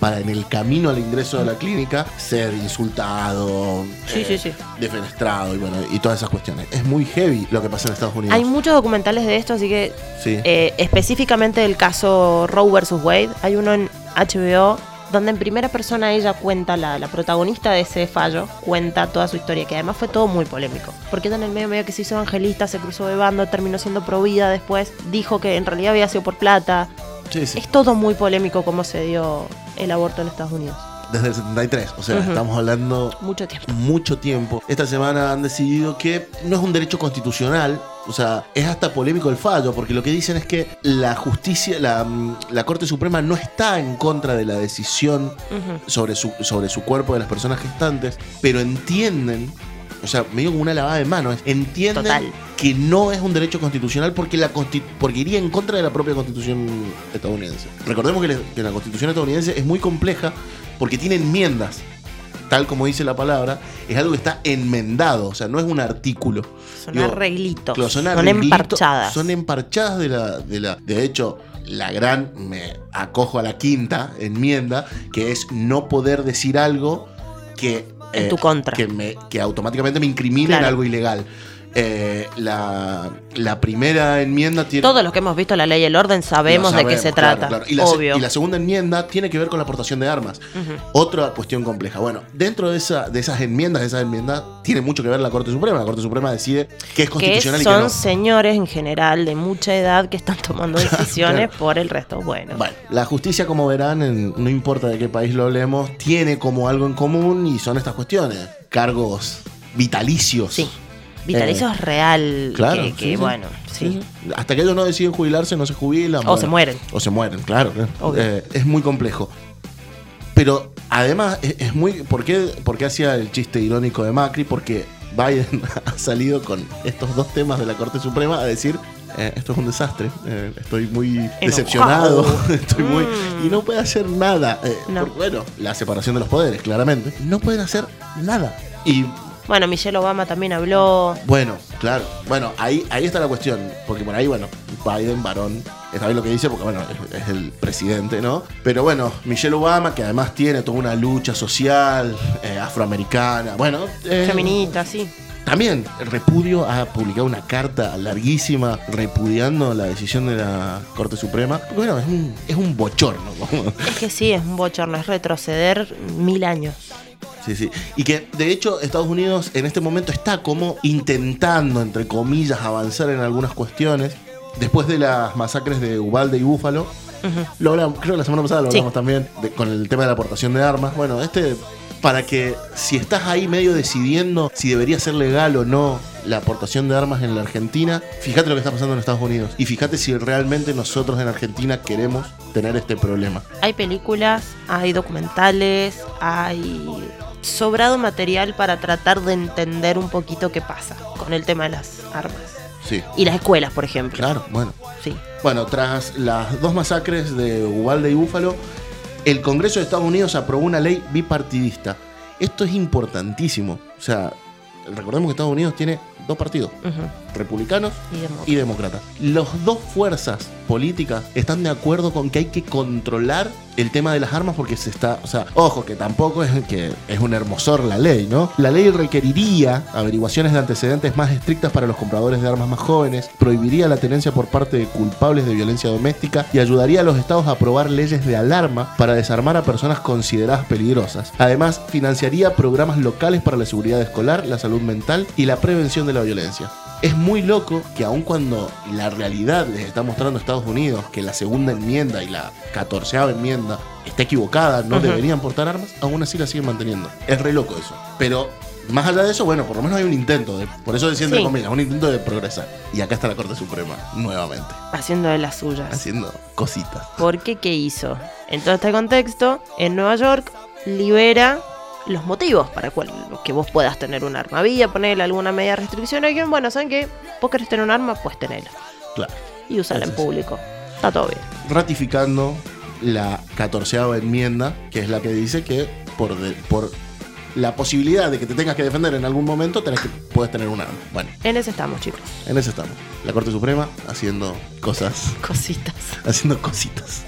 para en el camino al ingreso de la clínica ser insultado, eh,
Sí, sí, sí.
defenestrado y bueno, y todas esas cuestiones. Es muy heavy lo que pasa en Estados Unidos.
Hay muchos documentales de esto, así que
Sí.
eh, específicamente del caso Roe versus Wade, hay uno en HBO donde en primera persona ella cuenta, la, la protagonista de ese fallo, cuenta toda su historia, que además fue todo muy polémico. Porque ella en el medio medio que se hizo evangelista, se cruzó de bando, terminó siendo provida después, dijo que en realidad había sido por plata. Es todo muy polémico cómo se dio el aborto en Estados Unidos.
Desde el 73, o sea,
Ujú.
estamos hablando
Mucho tiempo.
mucho tiempo. Esta semana han decidido que no es un derecho constitucional. O sea, es hasta polémico el fallo, porque lo que dicen es que la justicia, la, mm, la Corte Suprema no está en contra de la decisión sobre su, sobre su cuerpo de las personas gestantes, pero entienden, o sea, medio como una lavada de manos, entienden
Total.
que no es un derecho constitucional porque, la consti- porque iría en contra de la propia constitución estadounidense. Recordemos que, le- que la constitución estadounidense es muy compleja porque tiene enmiendas, tal como dice la palabra, es algo que está enmendado, o sea, no es un artículo.
Son
Digo,
arreglitos.
Claro, son, arreglitos,
emparchadas.
Son em- emparchadas de la, de la. De hecho, la gran. Me acojo a la quinta enmienda, que es no poder decir algo que. eh,
En tu contra.
Que, me- que automáticamente me incrimina en
Claro.
algo ilegal. Eh, la, la primera enmienda tiene.
Todos los que hemos visto la ley y el orden sabemos,
Lo
de qué se
claro,
trata.
claro. Y, la, se-
Obvio.
y la segunda enmienda tiene que ver con la aportación de armas. Otra cuestión compleja. Bueno, dentro de, esa, de esas enmiendas, de esas enmiendas, tiene mucho que ver la Corte Suprema. La Corte Suprema decide qué es
que
constitucional
son
y qué no.
señores en general de mucha edad que están
[LAUGHS]
tomando decisiones por el resto. Bueno,
Bueno, la justicia, como verán, en- no importa de qué país lo hablemos, tiene como algo en común y son estas cuestiones. Cargos vitalicios. Sí,
vitalicio es real.
eh, Claro,
que, que,
sí, sí.
bueno, sí.
Hasta que ellos no deciden jubilarse, no se jubilan.
O se mueren.
O se mueren, claro. claro.
Obvio.
Eh, es muy complejo. Pero además es, es muy... ¿por qué, por qué hacía el chiste irónico de Macri? Porque Biden [LAUGHS] ha salido con estos dos temas de la Corte Suprema a decir... eh, esto es un desastre, eh, estoy muy decepcionado, [LAUGHS] estoy muy...
Mm.
Y no puede hacer nada. eh, porque, bueno, la separación de los poderes, claramente. No pueden hacer nada. Y
Bueno, Michelle Obama también habló.
bueno, claro. Bueno, ahí, ahí está la cuestión. Porque por ahí, bueno, Biden, varón, está bien lo que dice, porque bueno, es, es el presidente, ¿no? Pero bueno, Michelle Obama, que además tiene toda una lucha social, eh, afroamericana, bueno, eh,
Feminista, sí.
también el Repudio ha publicado una carta larguísima repudiando la decisión de la Corte Suprema. Bueno, es un, es un bochorno. como-
Es que sí, es un bochorno, es retroceder mil años.
Sí, sí. Y que de hecho Estados Unidos en este momento está como intentando, entre comillas, avanzar en algunas cuestiones. Después de las masacres de Ubalde y Búfalo, lo hablamos- creo que la semana pasada lo
Sí.
hablamos también de- con el tema de la aportación de armas. Bueno, este, para que si estás ahí medio decidiendo si debería ser legal o no la aportación de armas en la Argentina, fíjate lo que está pasando en Estados Unidos y fíjate si realmente nosotros en Argentina queremos tener este problema.
Hay películas, hay documentales, hay sobrado material para tratar de entender un poquito qué pasa con el tema de las armas.
Sí.
Y las escuelas, por ejemplo.
Claro, bueno.
Sí.
Bueno, tras las dos masacres de Ubalde y Búfalo, el Congreso de Estados Unidos aprobó una ley bipartidista. Esto es importantísimo. O sea, recordemos que Estados Unidos tiene dos partidos, republicanos
Y demócratas.
y demócratas. Las dos fuerzas políticas están de acuerdo con que hay que controlar el tema de las armas porque se está, o sea, ojo que tampoco es que es un hermosor la ley, ¿no? La ley requeriría averiguaciones de antecedentes más estrictas para los compradores de armas más jóvenes, prohibiría la tenencia por parte de culpables de violencia doméstica y ayudaría a los estados a aprobar leyes de alarma para desarmar a personas consideradas peligrosas. Además, financiaría programas locales para la seguridad escolar, la salud mental y la prevención de la violencia. Es muy loco que aun cuando la realidad les está mostrando a Estados Unidos que la segunda enmienda y la catorceava enmienda está equivocada, no
Ujú.
deberían portar armas, aún así la siguen manteniendo. Es re loco eso. Pero más allá de eso, bueno, por lo menos hay un intento, de, por eso decía entre
Sí.
comillas, un intento de progresar. Y acá está la Corte Suprema, nuevamente,
Haciendo de las suyas.
haciendo cositas.
¿Por qué qué hizo? En todo este contexto, en Nueva York libera los motivos para cual- que vos puedas tener un arma. Había ponerle alguna medida de restricción a alguien. Bueno, ¿saben qué? Vos querés tener un arma, pues tenela.
Claro.
Y usarla en público. Está todo bien.
ratificando la catorceava enmienda, que es la que dice que por, de- por la posibilidad de que te tengas que defender en algún momento, tenés que, puedes tener un arma. Bueno,
En eso estamos, chicos.
en eso estamos. La Corte Suprema haciendo cosas. [LAUGHS]
Cositas.
Haciendo cositas.